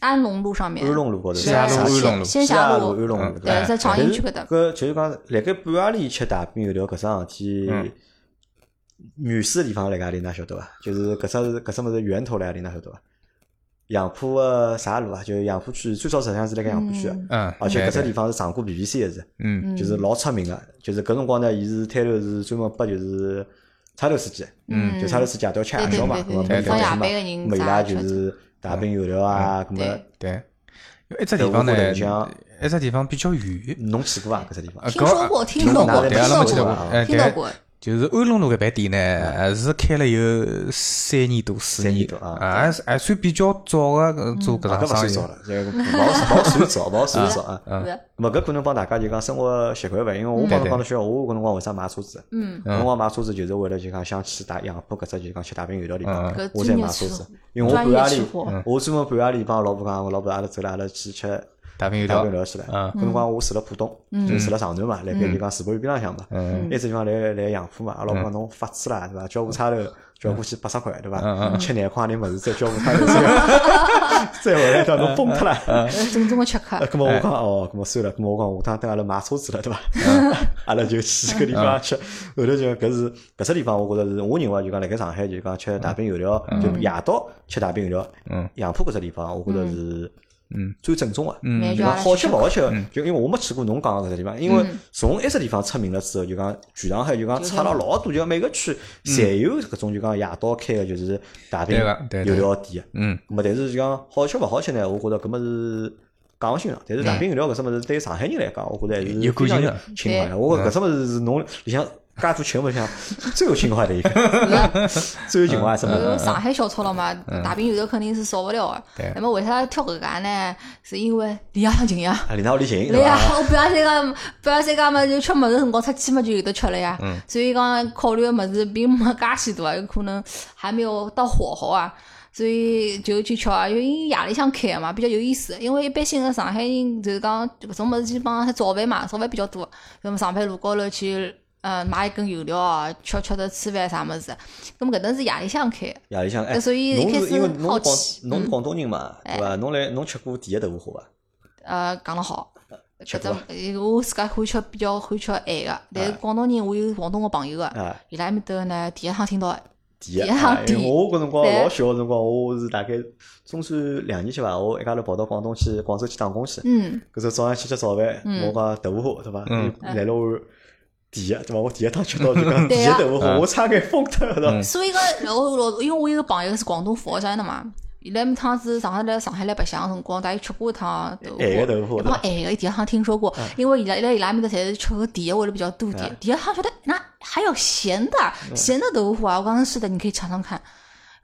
安龙路上面，
安龙路哎高头，
西
霞路
啥
安
线
龙路
仙
西
霞
雅路
路
安龙路，
对，在长
但
兴
是
区搿搭，
搿就是讲，辣盖半夜里吃大饼油条搿桩事体，原始地方辣盖阿里，㑚晓得伐？就是搿只是搿只物事源头辣阿里，㑚晓得伐？杨浦个啥路啊？就是杨浦区，最早实际上是辣盖杨浦区的，
嗯，
而且搿只
对
地方是上过 BBC 个是，
嗯
就是老出名个。就是搿辰光呢，伊是摊头是专门拨就是差头司机，
嗯
就差头司机夜到吃夜宵嘛，
对
咾么
对对对
对
嘛，
对对
咾么伊拉就是大饼油条啊，咾么
对
对，因为一只地方
在我
呢
屋头里向，
一只地方比较远，
侬去过伐？啊搿只地方
呃
听说过，
搿
听说
哪
过，
里
对
听
啊，
哪
拉
里
没
说
去
听过
到过
过，
啊，
哎，
听到
对，
过。
就是安龙路搿爿店呢，呃是开了有三年多、四
嗯三
年
年多啊
啊，还是还算比较早个呃做搿
啊，搿勿
桩
算
生
早
意。
了，这个勿好勿好算早，勿好算早啊。
是的
咾么搿可能帮大家就讲生活习惯伐？因为我帮
对
侬
对
帮侬说，我搿辰光为啥买车子？
嗯，
搿辰光买车子就是为了就讲想去大杨浦搿只就讲去大饼油条地方
嗯，
我才买车子。因为我半夜
专业
里
吃货，
我专门半夜里帮老婆讲，我老婆阿拉走了，阿拉去吃
大饼油
大
条
饼油，条去了。
嗯
搿辰光我住了浦东，就住了长南嘛，辣盖就讲世博园边浪向嘛。
嗯
那只地方来来杨浦嘛，阿拉老婆讲侬发吹啦，对伐？交个差头，
嗯
交过去八十块，对伐？吃廿块钿物事，再交个差头， 再再回来一趟侬崩脱了。
嗯
呃正宗的吃客
啊，，咁么
哎
我讲哦，咁么算了，咁么我讲下趟等阿拉买车子了，对伐？
嗯
阿拉就去搿地方吃。后头就搿是搿只地方，我觉着是我认为啊就讲辣盖上海就讲吃大饼油条，就夜到吃大饼油条。
嗯，
杨浦搿只地方，我觉着是
嗯
最正宗个。
嗯
蛮
就
叫阿
讲
拉
好吃
吃
勿
客。
好吃，就因为我没去过侬讲个搿只地方，因为从埃只地方出名了之后，就讲全上海嗯就讲出了老多，就讲每个区侪有搿种就讲夜到开个就是大饼
嗯对个
油
对对
条店。
嗯，
咁么但是就讲好吃勿好吃呢，我觉着搿么是讲勿清爽。但是大饼油条搿只物事对于上海人来讲，我觉着还是
嗯有感
非常
情
有
的嗯
情怀的。我觉着搿只物事是侬里向介多情况里向最有情怀的一 个，最有情怀的一只物
因为
事。
上海小吃了嘛，大饼油条肯定是少勿了
对
的。那么为啥挑搿家呢？是因为离阿拉近呀。
啊，离他屋里近，
对
对
呀
伐？，
我不要三个，不要三个么就吃么子辰光出去么就有得吃了呀。
嗯
所以讲考虑个么子并没介许多，有可能还没有到火候啊。所以就去吃啊，因为伊夜里向开的嘛，比较有意思。因为一般性个上海人就是讲搿种么子基本上是早饭嘛，早饭比较多。那么上班路高头去，呃，买一根油条啊，吃吃着吃饭啥么子。那么搿顿是夜里向开的，
夜里向哎，
呃所以
侬
一开
是
始
因为侬
好
是广
奇
侬是
嗯
广东人嘛，对伐？侬来侬吃过第一豆腐花伐？
呃，讲了好。
吃
搿
过
只我自家欢喜吃比较欢喜吃咸个，但是广东人我有广东个朋友个，
啊，
伊拉埃面搭呢，第一趟听到，
第一，
第一趟
啊因为
第一
我搿辰光
对
老小个辰光，我是大概中专两年级伐，我一家头跑到广东去广州去打工去。
嗯，
搿时候早浪去吃早饭，
嗯
我讲豆腐花对伐？
嗯
来了我第一对伐？我第一趟吃到就 讲第
对
一
啊
豆腐花，
嗯
我差眼疯脱对伐？
所以讲，我老因为我有个朋友是广东佛山的嘛，伊拉每趟子上趟来上海来白相个辰光，带伊吃过一趟豆腐，
咸个豆腐
一
对
帮
伐？
咸个伊第一趟听说过，因为伊拉伊拉伊拉面搭侪是吃个甜个味道比较多点
嗯，
第一趟觉得那还有咸的咸的豆腐啊，我讲是的，你可以尝尝看。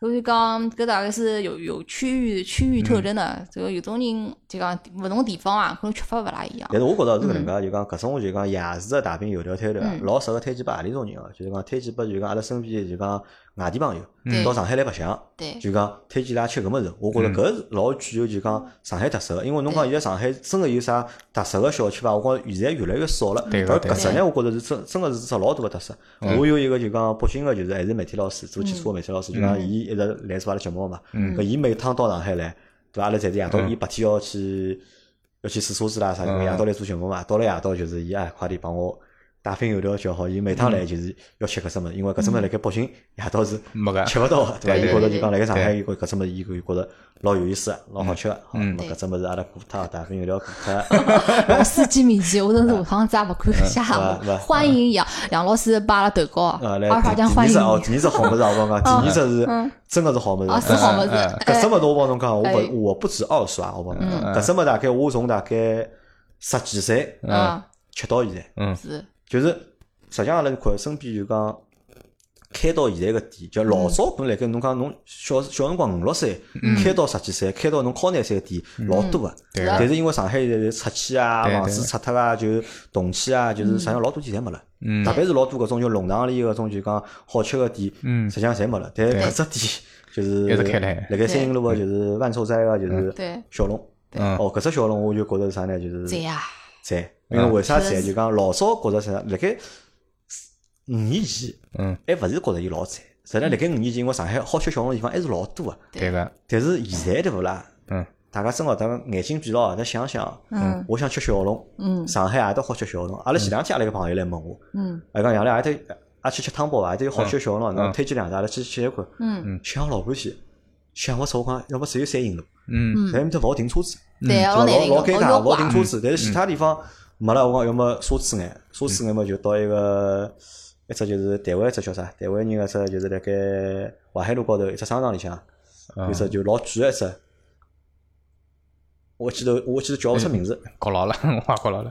所以讲，搿大概是有有区域区域特征的，这个有种人就讲勿同地方啊，可能吃法勿大一样。
但是我觉着是搿能介，就讲搿种就讲夜市个大饼油条摊头啊，
嗯
老适合推荐拨何里种人哦，就是讲推荐拨就讲阿拉身边就讲外地朋友
对
到上海来白相，
对，
就讲推荐伊拉吃搿物事，我觉
嗯
着搿是老具有就讲上海特色个，因为侬讲现在上海真个有啥特色个小吃伐？我觉着现在越来越少了。
对
而
个对嗯
搿
个
只呢，我觉着是真真个是只老大个特色。我有一个就讲北京个，就是还是媒体老师做汽车个媒体老师，就
嗯
讲伊一直来做阿拉节目嘛。搿伊每趟到上海来，对伐？阿拉侪是夜到，
嗯
伊白天要去要去试车子啦啥，因为夜到来做节目嘛。到了夜到就是伊哎，快点帮我。大份油条叫好，伊每趟来就是要吃搿只物事，因为搿只物事辣盖北京夜到是
没个
吃勿到个，对伐？
对
伊
对
觉着就
对
讲辣盖上海，
对
伊觉搿只物事，伊觉觉着老有意思，老好吃个。好
嗯
咾
对
搿只物事阿拉过脱，大份油条过 脱，
司机面前，我真是下趟子也勿敢瞎话
嗯是吧。
欢迎杨杨老师把阿拉投稿啊，
呃，来
阿发
第
讲
第二
欢
只
迎
哦，
你，嗯
第二只好物事，我帮讲，第二只是嗯真个是好物
啊
事
是。好 么子
嗯嗯？
搿只
哎
物事我帮侬讲，我
哎嗯
不我不止二十啊，我帮侬讲，搿只物事大概我从大概十几岁
嗯
啊
吃到现在，
是
就是实际上阿拉看身边就讲。开到现在个店，
嗯
就老早可能辣盖侬讲侬小小辰光五六岁，开到十几岁，开到侬高廿岁个店老多个，
嗯对
但
个，
是因为上海现在拆迁啊，
对对
房子拆脱啊，就动迁啊，就是实际上老多店侪没了。
嗯
特别是老多搿种就弄堂里搿种就讲好吃个店，
嗯
实际上侪没了。但搿只店就是
一直开来
辣盖三营路个就是万寿斋个就是
对
小龙。
嗯
哦，搿只小龙我就觉着是啥呢？就是
这呀，
赞，因为为啥
确
赞？
实
就讲老早觉着啥，辣盖五年前
嗯，
还勿是觉着伊老赞，实际上辣盖五年前，因为上海好吃小龙个地方还是老多个。
对个，
但是现在对勿啦？
嗯，
大家真个，大家眼睛闭牢，再想想，
嗯
我想吃小龙，
嗯
上海夜到好吃小龙。阿拉前两天阿拉一个朋友来问我，
嗯
阿拉讲杨亮，阿拉阿去吃汤包伐？阿拉有好吃小龙，
嗯
侬推荐两家，阿拉去吃一看。
嗯，
想老半天，想勿出我讲，要么只有三营路，
嗯
但埃面搭勿好停车子，
对
对
呀，
伐
老
嗯老
难听，
老尴尬，
老
勿好
怪
停车子。但是其他地方没了，我讲要么奢侈眼，奢侈眼嘛就到一个一只就是台湾一只叫啥？台湾人个只就是辣盖淮海路高头一只商场里向，
嗯
有只就老贵个一只，我记得我记得叫勿出名字，
搞牢了， 我也搞牢了。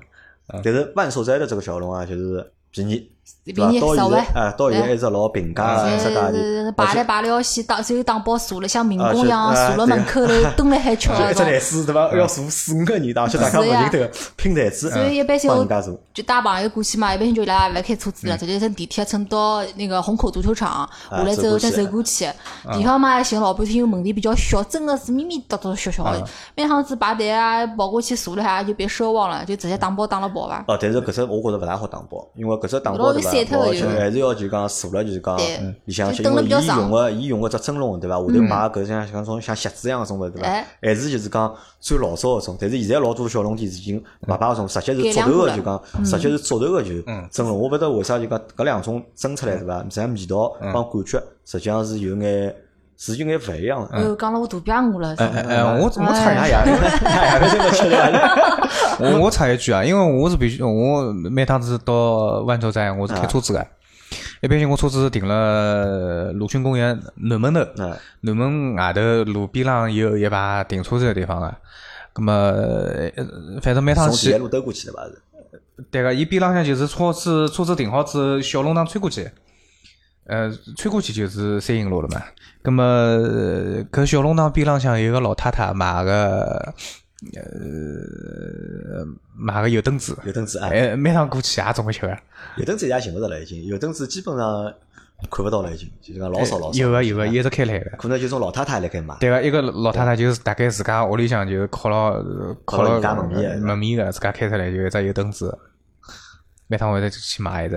但是万寿斋的这个小龙啊，就是便宜，对
便宜
伐？
少
到现在
哎
啊，到现在还是老平价个一只
呃
价钿，而
排
且
来排了去，打最后打包坐了像民
啊
工
是
一样，
啊
坐了
对啊
门口头蹲了海吃
就
那
一只
种。
台子对伐？要坐四五个人，而且大家勿
是呀
认得，拼台子，
所以一般性
帮人家坐。
就带朋友过去嘛，一般性就伊拉勿开车子了，直接乘地铁乘到那个虹口足球场，下来之后再啊走过去。啊地方嘛，寻老半天门店比较小，真的是咪咪叨叨小小的。每趟子排队啊，跑过去坐了下就别奢望了，就直接打包打了跑伐。
哦，但是搿只我觉着勿大好打包，因为搿只打包
老
对
是散
伐？而
脱的
且
就是
还是要就讲坐了就是讲嗯
对
里向
就
去，
等
因
了
为
比较
伊
爽
用个伊用个只蒸笼对伐？下头摆搿像像种像席子一样个种物对伐
哎？
还是就是讲最老早个种，但是现在老多小笼店已经勿摆搿种，直接是
改
竹
良
头个
过了嗯
就讲，直接是竹头个就蒸笼。我勿晓得为啥就讲搿两种蒸出来对伐？实际上味道帮感觉实际上是有眼是有眼勿一样的。
哎呦，讲了我肚皮饿了，
哎
真
哎
的
哎，我我插
嗯
一
呀，
下，
呀，搿真个吃了。
我我插一句啊，因为我是必须，我每趟子到万寿站，我是开车子的。一般性我车子停了鲁迅公园南门头，
嗯
南门外头路边浪有一排停车子的地方啊。咁么，呃反正每趟
从
去
第一，路兜过去对伐？是
对个，伊边浪向就是车子车子停好之后，小弄堂穿过去，呃，穿过去就是三营路了嘛。咁么，呃搿小弄堂边浪向有个老太太买个，呃，买个油灯子，
有凳子啊。
哎，每趟过去也总会吃个，
有凳子现在寻勿着了，已经有凳子基本上看勿到了，已经就是讲老少老少。
呃有啊个有个，一直开来个。
可能就是种老太太辣盖买。
对个，一个老太太就是大概自家屋里向就是靠牢靠
靠牢
牢
人家门面的
门面个，自家开出来就一只油灯子，每趟会得去买一只。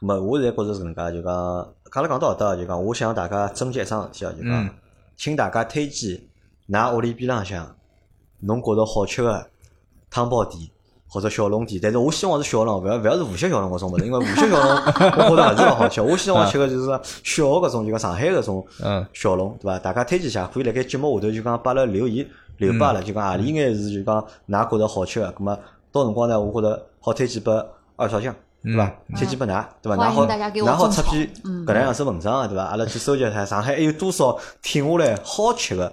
咁么我现在觉着是搿能介，就讲讲了讲到搿搭，就讲我想大家征集一桩事体哦，就
嗯
讲，请大家推荐㑚屋里边浪向侬觉着好吃个汤包店。或者小笼店，但是我希望是小笼，勿要勿要是无锡小笼搿种物事，因为无锡小 笼我觉着勿是老好吃。我希望吃个就是小个搿种，就讲上海搿种
嗯
小笼，对伐？大家推荐一下，可以辣盖节目下头就讲拨阿拉留言留拨阿
嗯
拉，就讲何里眼是就讲㑚觉着好吃个，咁么到辰光呢，我觉着好推荐拨二少酱，对伐？
嗯
推荐拨㑚，对伐？
欢
㑚
迎
好
大家给
㑚
我
好
种
出
草嗯
篇搿能样子文章啊，对伐？阿拉去搜集一下上海还有多少挺下来好吃个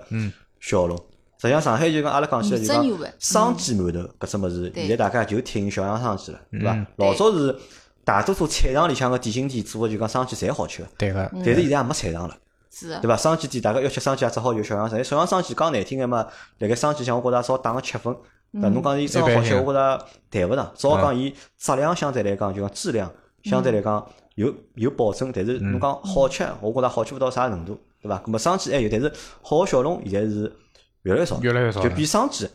小笼。实际上，上海就讲阿拉讲起来就
米汁牛肉
讲生煎馒头搿只物事，
嗯对
现在大家就挺小杨生煎了，对伐？
对
老早是大多数菜场里向个点心店做个就讲生煎侪好吃个，
对个，
嗯
但是现在也没菜场了。
是
对伐？生煎店大家要吃生煎，也只好有小杨生。因为小杨生煎讲难听点嘛，辣盖生煎向我觉着也稍打个七分。对伐，侬讲伊真个好吃，
一般性
我觉着谈勿上。只
嗯
好讲伊质量相对来讲，就讲质量相对来讲有有保证，但是
嗯
侬讲好吃，我觉着好吃勿到啥程度，对伐？那么生煎还有，但是好个小笼现在是越来越少，
越来越少
就
了
比哎生煎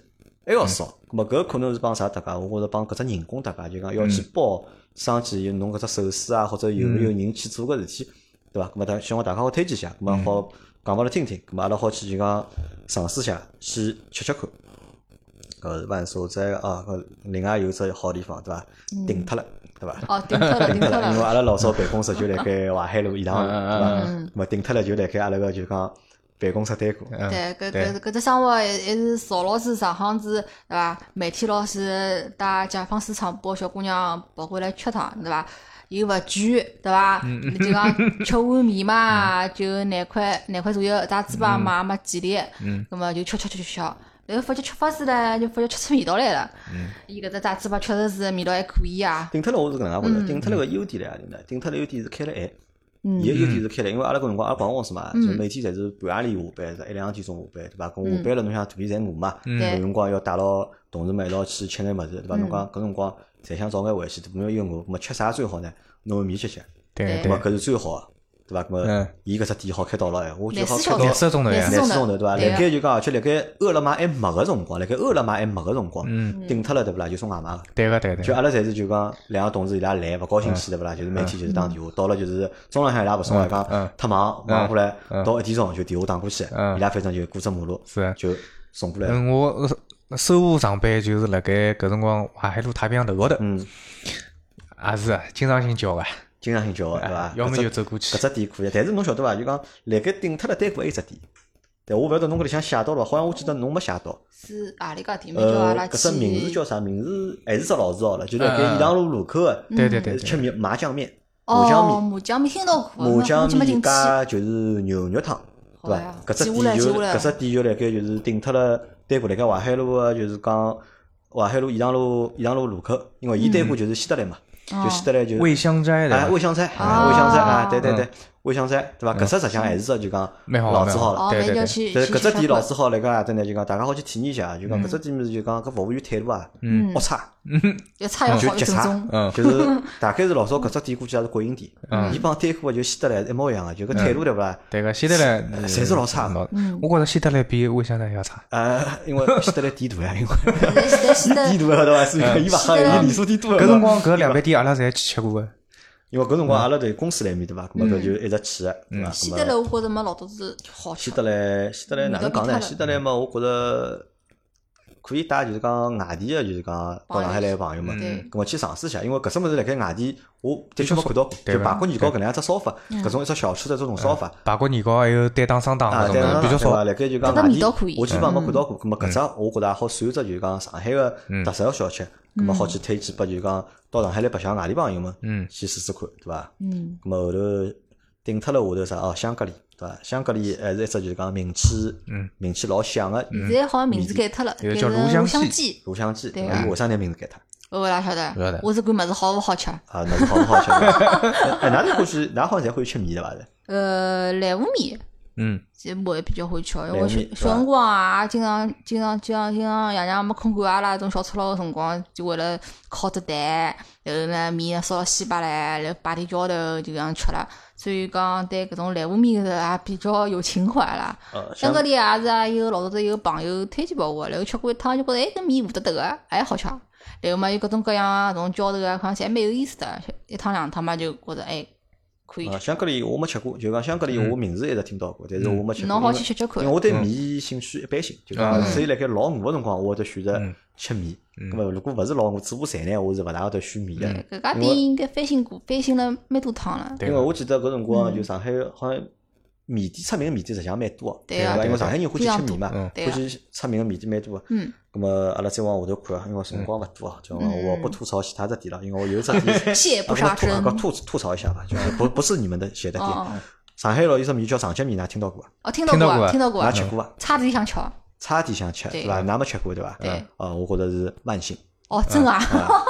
还
嗯
要少。那么搿可能是帮啥搭界？我觉着帮搿只人工搭界，就讲
嗯
要去包生煎，有侬搿只手势啊，或者有没有人去做搿事体，对伐？那么大希望大家好推荐一下，那么
嗯
好讲拨阿拉听听，那么阿拉好去就讲尝试一下，去吃吃看。搿是万寿斋啊，搿另外有只好地方对伐？顶脱了对伐？
哦，顶脱了，顶
顶
嗯
脱
脱
了，因为
了。
阿拉老早办公室就辣盖淮海路颐堂路对伐？
嗯，
咾么顶脱了就辣盖阿拉个就讲办公室对过。
嗯
对，搿
对
搿搿只生活还还是邵老师上趟子对伐？每天老师带解放市场包小姑娘跑过来吃趟对伐？又勿贵对伐？就讲吃碗面嘛， 就廿块廿块左右，带猪排嘛也没几钿，葛末就吃吃吃吃吃。然后发觉吃法子呢，就发觉吃出味道来了。伊搿只炸猪排确实是味道还可以啊。
顶脱了我是搿能介觉着，顶脱了个优点辣何里呢？顶脱了优点是开了晚，伊个优点是开了，因为阿拉搿辰光阿拉广告公司嘛，就每天侪是半夜里下班，是一两点钟下班，对伐？搿下班了，侬想肚皮侪饿嘛，
对
有辰光要带牢同事们一道去吃眼物事，对伐？侬讲搿辰光侪想早眼回去，肚皮又饿，咾么吃啥最好呢？弄碗面吃吃。
对
咁
对
么，搿是最好个，对伐？咁么
嗯，
伊搿只店好开到了哎，我最好
廿四
开
小
到
廿四钟
时，
头呀
廿
廿
四
四
钟
钟
头
头
对伐？
对啊
辣
个
盖就讲，而且辣盖饿了么还没个辰光，辣盖饿了么还没个辰光，顶脱了对勿啦？就送外卖个。
对个，对
就
个对个，
阿拉侪是就讲两个同事伊拉来勿高兴去对勿啦？就是每天就是打电话，到了就是中浪向伊拉勿送了，
嗯
讲太忙忙过来，到一点钟就电话打过去，
嗯
伊拉反正就过只马路
是
就送过来了。
嗯，我呃首务上班就是辣盖搿辰光淮海路太平洋头高头，
嗯，
也是啊经常性叫个，
经常性叫个对伐？
哎要么
搿只
就走过去
搿，只店可以，但是侬晓得伐？就讲辣盖顶脱了对过还有一只店，但我勿晓得侬搿里向写到了伐，好像我记得侬没写到。
是何里家店名叫阿
呃
拉，
搿只
去
名字叫啥？名字还是只老字号了，就辣盖颐堂路路口个。
嗯对对对
吃
对，
面麻酱面，麻酱
嗯哦，
面
麻酱面听到过，
麻
我
酱
就没
面
进去。
加就是牛肉汤，对
好呀
伐？搿只
记
店
下来
就
记下来
搿只店就辣盖就是顶脱了对过辣盖淮海路个，就是讲淮海路宜昌路宜昌路路口，因为伊对过
嗯
就是西德来嘛，就西德来就
味香
哎，
斋的
味，香菜，哎味香菜啊，
哦
对对对，味香菜，对伐？搿只实际上还是说就讲
嗯蛮好
老
蛮
字
好
号了。，
哦
对
那
对
要
对
去
但
去
搿只
吃
店
法
老字号辣盖阿搭呢，就讲大家好去体验一下，啊就讲搿只店面是就讲搿服务员态度啊，
嗯
恶差，
要差要
就
好一
极
正
差
宗，
嗯
就是大概是老早搿只店估计也是国营店，伊帮对过就西德来是一模一样个，就搿态度对勿啦？
对个，西德来
呃侪是老差
老嗯我觉着西德来比味香斋要差。
呃，因为西德来地大呀，啊因为
但是但是 呢
地大个对伐？所以伊勿黑，伊里数第多。
搿辰光搿两爿店阿拉侪去吃过个，
因为搿辰光阿拉对公司来面对伐？咾么搿就一直去个，对伐？
西
咾
德
么
勒我觉着没老早子好
希
吃。
德来，希德来哪能讲
嗯
呢？希德来嘛，我觉着可以带就是讲外地的，就是讲到上海来的朋友们，
对
咁么去尝试一下，因为搿只物事辣盖外地，我的确没看到过，
对
就
吧
排骨年糕搿能样只烧法，搿种一只小吃的这种烧法。
排骨年糕还有担当双档
啊，
搿
对
种
啊
的
对伐？辣盖
比较少。
就讲
搿
外
味
地
道可以，
我基本上没看到过。咁么搿只我觉着也好算一只就是讲上海个特色个小吃，咁么好去推荐拨就是讲到上海来白相外地朋友们，
嗯
去试试看，对伐？
嗯，
咁么后头顶脱了下头啥哦，香格里对伐？香格里还是一只就是讲名气，
嗯，
名气老响个
现在好像名字改脱了，
有
改
个叫
成
炉
炉
香
香
鸡
鸡。
录像机，
对
那
啊
伊为啥拿名字改脱？
哦我哪晓
不晓得
得，我是管么子好勿好吃。
啊，那是好不好吃？ 哎，哪能欢喜，哪好像侪欢喜吃面对伐？是
呃，莱芜面，
嗯，
其实我也比较会啊吃，因为
莱芜
我
面
小
是吧
小辰光啊也经常经常经常经常爷娘没空管阿拉这种小赤佬个辰光，就为了烤只蛋，然后呢面烧稀巴烂，然后摆点浇头就这样吃了。所以讲对搿种莱芜面是也啊比较有情怀啦。
呃，
香格
里
里也是啊，有老早子有朋友推荐拨我，然后吃过一趟就觉着，哎，搿面糊得得个，还好吃。然后嘛，有各种各样啊，搿种浇头啊，好像侪蛮有意思的。一趟两趟嘛，就觉着哎，可以
啊，
吃。
香格里我没吃过，就讲香格里我名字一直听到过，但是我没吃过。
嗯侬好
因为
去吃吃看
因为我对面兴趣一般性，就讲只有辣盖老饿个辰光，我会得选择吃面。那么如果勿是老饿，嘴巴馋呢，我是勿大会得选面的。
搿家
因
店
为
应该翻新过，翻新了蛮多趟了。
对
因为
个
我记得搿辰光
嗯
就上海好像面店出名的面店实际上蛮多的，
对啊
伐？
对
因为上海人欢喜吃面
非常
嘛
多嗯，对
欢
啊
喜出名的面店蛮多的。
嗯，
咁么阿拉再往下头看啊，因为辰光勿多啊，就讲
嗯
我不吐槽其他只店了，因为我有一只店
谢不
啊
杀
不
生
我吐啊吐吐槽一下吧， 就是不不是你们的写的店
哦哦。
上海有一只面叫长脚面，㑚听到过伐？
哦，听到
听到过
过
啊
啊，听到过啊
㑚，吃过伐？
差点想吃。啊
差点想吃，
对
对伐？㑚没吃过对伐？
对
啊，我觉着是慢性。
哦，真的啊，
哦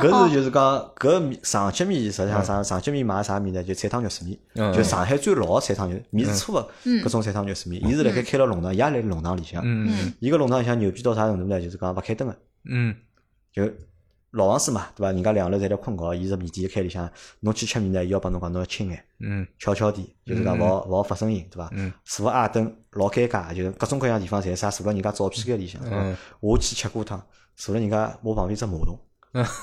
搿是就是讲搿面长脚面，实际上上长脚面买啥面呢？就菜汤肉丝面，
嗯
就上海最老的菜汤肉面是粗的，搿种菜汤肉丝面，伊是辣盖开了弄堂，伊也辣弄堂里向。
嗯
伊搿弄堂里向牛逼到啥程度呢？就是讲勿开灯个，
嗯
就老王师嘛，对伐？人家两楼侪辣困觉，伊是面店一开里向，侬去吃面呢，伊要帮侬讲侬要轻眼。
嗯
悄悄地，就是讲勿好勿好发声音，对伐？
嗯
坐个矮凳老尴尬，就是各种各样地方侪啥坐辣人家照片间里向，对
嗯
伐？我去吃过一趟，坐辣人家我旁边只马桶，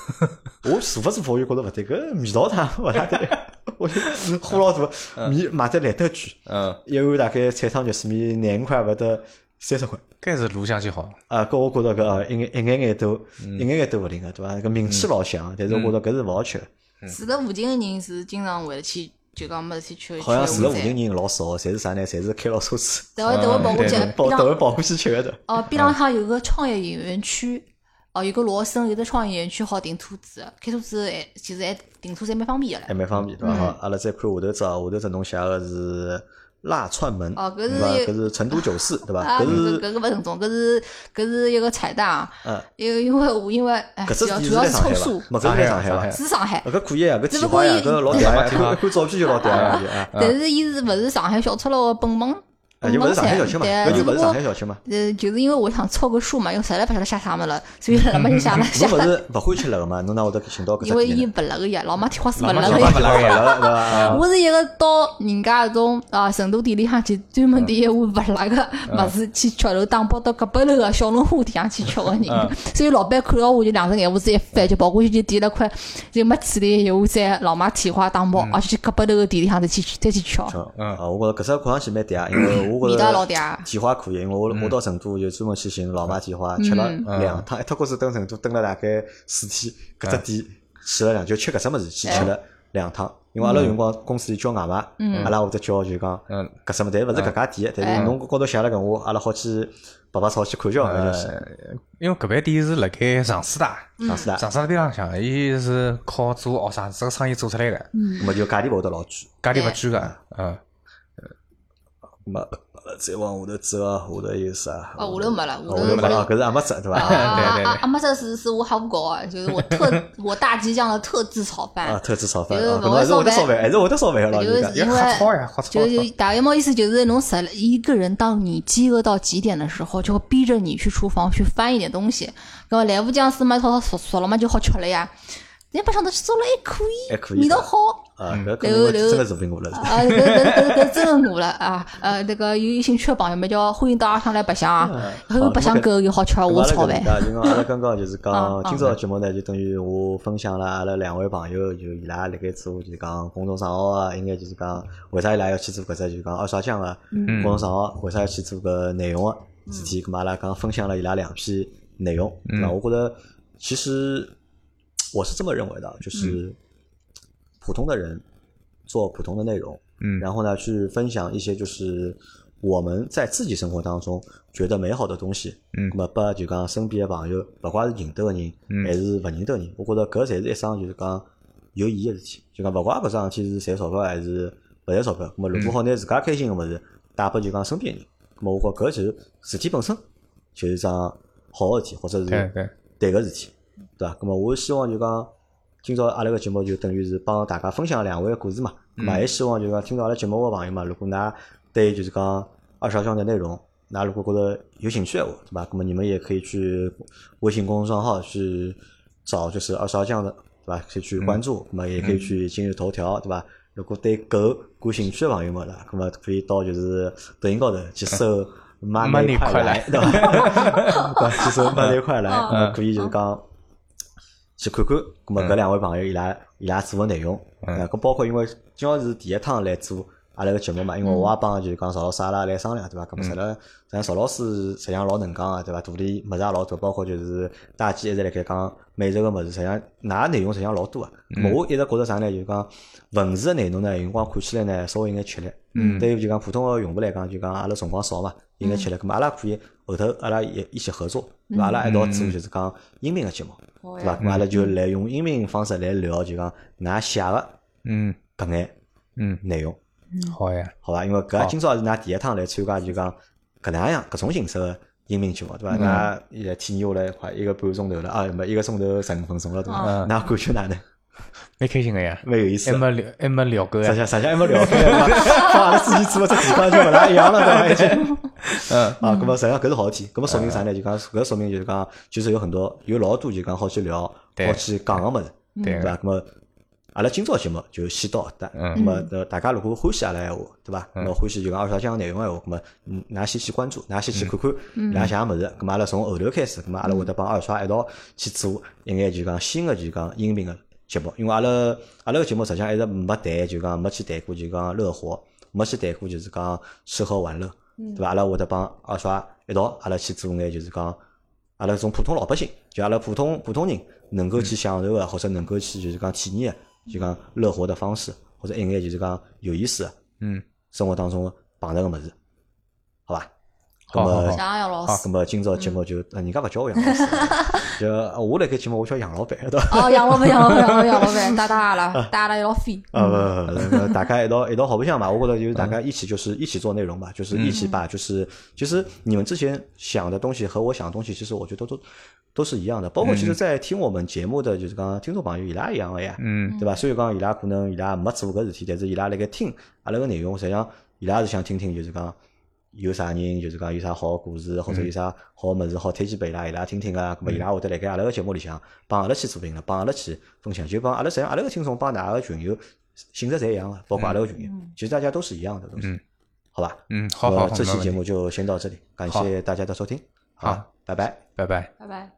我坐勿坐我就觉着勿对，搿味道它勿大对， 我就花老大面买只来得句，
嗯，
一碗大概菜汤肉丝面廿五块勿得三十块。
搿是卤香鸡好。
啊，搿我觉着搿啊一眼一眼眼都一眼眼都勿灵个，对伐？搿名气老响，但是我觉着搿是勿好
嗯
吃的，
住了附近的人是经常会去，就讲没事体吃。
好像
吃
住了
午
附
餐
近人老少，侪是啥呢？侪是开牢车子。
等会等会
嗯
帮我
对
讲
对，
跑到
边浪
位跑过去吃个的。
哦边浪向有个创业园区，哦有个罗森有个创业园区好停车子，开车子还其实还停车侪蛮方便的
还
嘞。
蛮方便，对伐？
嗯
好，阿拉再看下头只，下头只侬写个是辣串门，
哦
对
搿是
伐？搿是成都九市，对伐？
啊，
搿
搿
是
搿个勿正宗，搿是搿是一个彩蛋啊！
嗯，
因为因为我因为哎，
搿只
主要
店
主
是
要
在
是
上海
凑
伐
数？，
没搿是在上
上
海
海
伐？
是上海，
啊搿可以啊，搿
只
体
不过
化呀，
有
搿老
对
屌呀，
对
搿看照片就老屌呀，就啊，
但是伊是勿是上海小吃佬个本帮
啊
本
就勿
帮
是上海
菜
小区嘛，
对
搿就
只
勿
不
是上
过
海小区嘛。
呃，就是因为我想凑个数嘛，因为实在勿晓得写啥物事了，所以辣么就写 了写
侬勿
了，
是勿欢喜辣个嘛？侬哪会得寻到搿
因为
只
伊
店呢？啊
勿辣个呀，老妈天花是
老
勿
妈
辣
天
个
花
呀。
勿辣个了，对伐？
我是一个到人家搿种啊成都店里向去专门点一碗勿辣个
啊
物事去吃，然后打包到搿边头个啊小龙虾店上去吃个人，
啊
所以老板看到我就两只眼胡子一翻，就跑过去就点了块就没处理一碗再老妈蹄花打
嗯
包，而且去搿边头个店里向再去再去吃，
啊啊，我觉着搿只看上去蛮嗲，因为我觉
味
着
道老嗲
蹄花可以，因为我我到成都就专门去寻老妈蹄花，吃了两趟，一趟高头蹲成都蹲了大概四天，搿只店去了两，就吃搿只物事去吃了两趟，因为阿拉有辰光公司里叫外卖，阿拉会得叫就是讲，
嗯
搿什么，但勿是搿家店，但是侬高头写了搿话，阿拉好去爬爬草去看叫，搿就是
因为搿爿店是辣盖长师大，
上市
长
的，
师大边浪向，伊是靠做学生子生意做出来的，
那么就价钿勿会得老贵。
价钿勿
对
贵个，嗯，
那么阿拉再往下头走啊，下头有啥？
哦，下头没了，下
哦
头
下头没了，
了
哦。搿是阿没 子对
啊
伐？
啊
对对
啊啊！没这是是我还不搞啊，就是我特我大吉酱的特制炒
啊，
饭，
特制炒饭，
就是
啊搿
勿
侬还是会得
会
烧
烧
饭，还是会得烧饭个老
就是
人家。 啊
也
因为
瞎炒呀，瞎炒
就。就打个毛意思就是侬实了一个人，当你饥饿到极点的时候，就会逼着你去厨房去翻一点东西，那么来福酱丝嘛，炒炒熟了嘛就好吃了呀。人家白相头做了还可
还可以
以，味道好。
啊，搿可能真个是苹果了。
啊，搿搿搿搿真的饿了啊！呃，那个有兴趣的朋友们，叫欢迎到阿上来白相啊，还有白相狗又好吃，啊我炒饭。
对，因为阿拉刚刚就是讲
嗯，
今朝的节目呢，就等于我分享了阿拉两位朋友，就伊拉辣盖做就是讲公众账号啊，应该就是讲为啥伊拉要去做搿只就是讲二刷酱啊，
嗯
公众账号为啥要去做搿内容啊事体，咁阿拉刚分享了伊拉两篇内容，那我觉得其实我是这么认为的，就是普通的人做普通的内容，
嗯
然后呢，去分享一些就是我们在自己生活当中觉得美好的东西。
嗯
那么拨就讲身边的朋友，勿怪是认得个人，还是勿认得个人，我觉着搿才是一桩就是讲有意义个事体。就讲勿怪搿桩事体是赚钞票还是勿赚钞票，那么
嗯
如果好拿自家开心个物事带拨就讲身边个人，那么我觉着搿就是事体本身就是桩好个事体，或者
对
是
对，
对个事体，对伐？咁么我希望就讲，今朝阿拉个节目就等于是帮大家分享两位个故事嘛。咁么也希望就讲听到阿拉节目个朋友嘛，如果㑚对就是讲二十二项的内容，㑚如果觉得有兴趣的话，对伐？咁么你们也可以去微信公众账号去找，就是二十二项的，对伐？可以去关注，咁么也可以去今日头条，对伐？如果对狗感兴趣的朋友们啦，咁么可以到就是抖音高头去搜 “money
Money
快
快
来
来”，
对伐？对，其实蛮那块来，
嗯
呃可以就是讲去看看。咁么搿两位朋友伊拉伊拉做个内容，呃，搿包括因为今朝是第一趟来做阿拉个节目嘛，因为我也帮就是讲邵老师阿拉来商量，对伐？咁么实了，咱邵老师实际上老能讲啊个，对伐？肚里物事也老多，包括就是大姐一直辣盖讲美食个物事，实际上㑚内容实际上老多个。咁么我一直觉着啥呢？就是讲文字个内容呢，有辰光看起来呢稍微有眼吃力。
嗯
对于就讲普通个用户来讲，就讲阿拉辰光少嘛，应该吃力。咁阿拉可以后头阿拉也一起合作，对伐？阿拉一道做就是讲音频个节目，对伐？咁阿拉就来用音频方式来聊，就讲㑚写个
嗯
搿眼
嗯，
内容，
好呀，
好伐？因为搿今朝是㑚第一趟来参加就讲搿能样搿种形式个音频节目，
嗯
对伐？㑚现在体验下来快一个半钟头了，啊，没一个钟头十五分钟了，对伐？㑚
嗯
感觉哪能？
蛮开心个呀，
蛮有意思的。
还没聊还没聊够
啥
呀，
啥啥啥还没 聊开，帮阿拉自己做这地方就勿大一样了，对伐？已经。
嗯
啊，咁么实际上搿是好事体，咁啊么说明啥呢？就讲搿说明就是讲，其实有很多有老多就讲好去聊、
对
好去讲个物事，
对
对伐？咁么阿拉今朝节目就先到搿搭，
嗯
咁么呃大家如果欢喜阿拉闲话，对伐？咁么啊欢喜就讲二十讲内容闲话，咁么嗯㑚先去关注，㑚先去看看
嗯
伊拉写个物事，咁么啊阿拉从后头开始，咁啊么阿拉会得帮二刷一道去做一眼就讲新个就讲音频个节目，因为阿拉阿拉个节目实际上一直没谈，就讲没去谈过就讲乐活，没去谈过就是讲吃喝玩乐。对伐？阿拉会得帮二刷一道，阿拉去做眼就是讲，阿拉种普通老百姓，就阿拉普通普通人能够去享受个，或者能够去就是讲体验个，就讲乐活的方式，或者一眼就是讲有意思个
嗯，
生活当中碰着个物事，好伐？咁
好好
么
好
谢谢杨老
咁
师，
么今朝节目就，呃人家勿叫我杨老师， 就呃我辣盖节目我叫杨老板，对伐？
哦，养老板，养老板，养老板，养老板，打打了，打了一道嗯飞。
呃，不不不不，大家一道一道好白相嘛，我觉得就是大家一起就是一起做内容吧，就是一起把就是其实你们之前想的东西和我想的东西，其实我觉得都都是一样的，包括其实，在听我们节目的就是刚刚听众朋友伊拉一样的呀，
嗯
对吧？虽然讲伊拉可能伊拉没做搿事体，但是伊拉辣盖听阿拉个内容，实际上伊拉是想听听就是讲。有啥人就是讲有啥好故事，或者
嗯
有啥好物事好推荐拨伊拉，伊拉听听啊。咁么伊拉会得辣盖阿拉个节目里向帮阿拉去做评论，帮阿拉去分享，就帮阿拉实际上阿拉个听众帮㑚个群友性质侪一样个，包括阿拉个群友，其实大家都是一样的东西
嗯，
好吧？
嗯，好好
呃
好，
这期
没问
节
题，
目就先到这里，感谢大家的收听，好吧
好，
拜拜。
拜拜。
拜拜。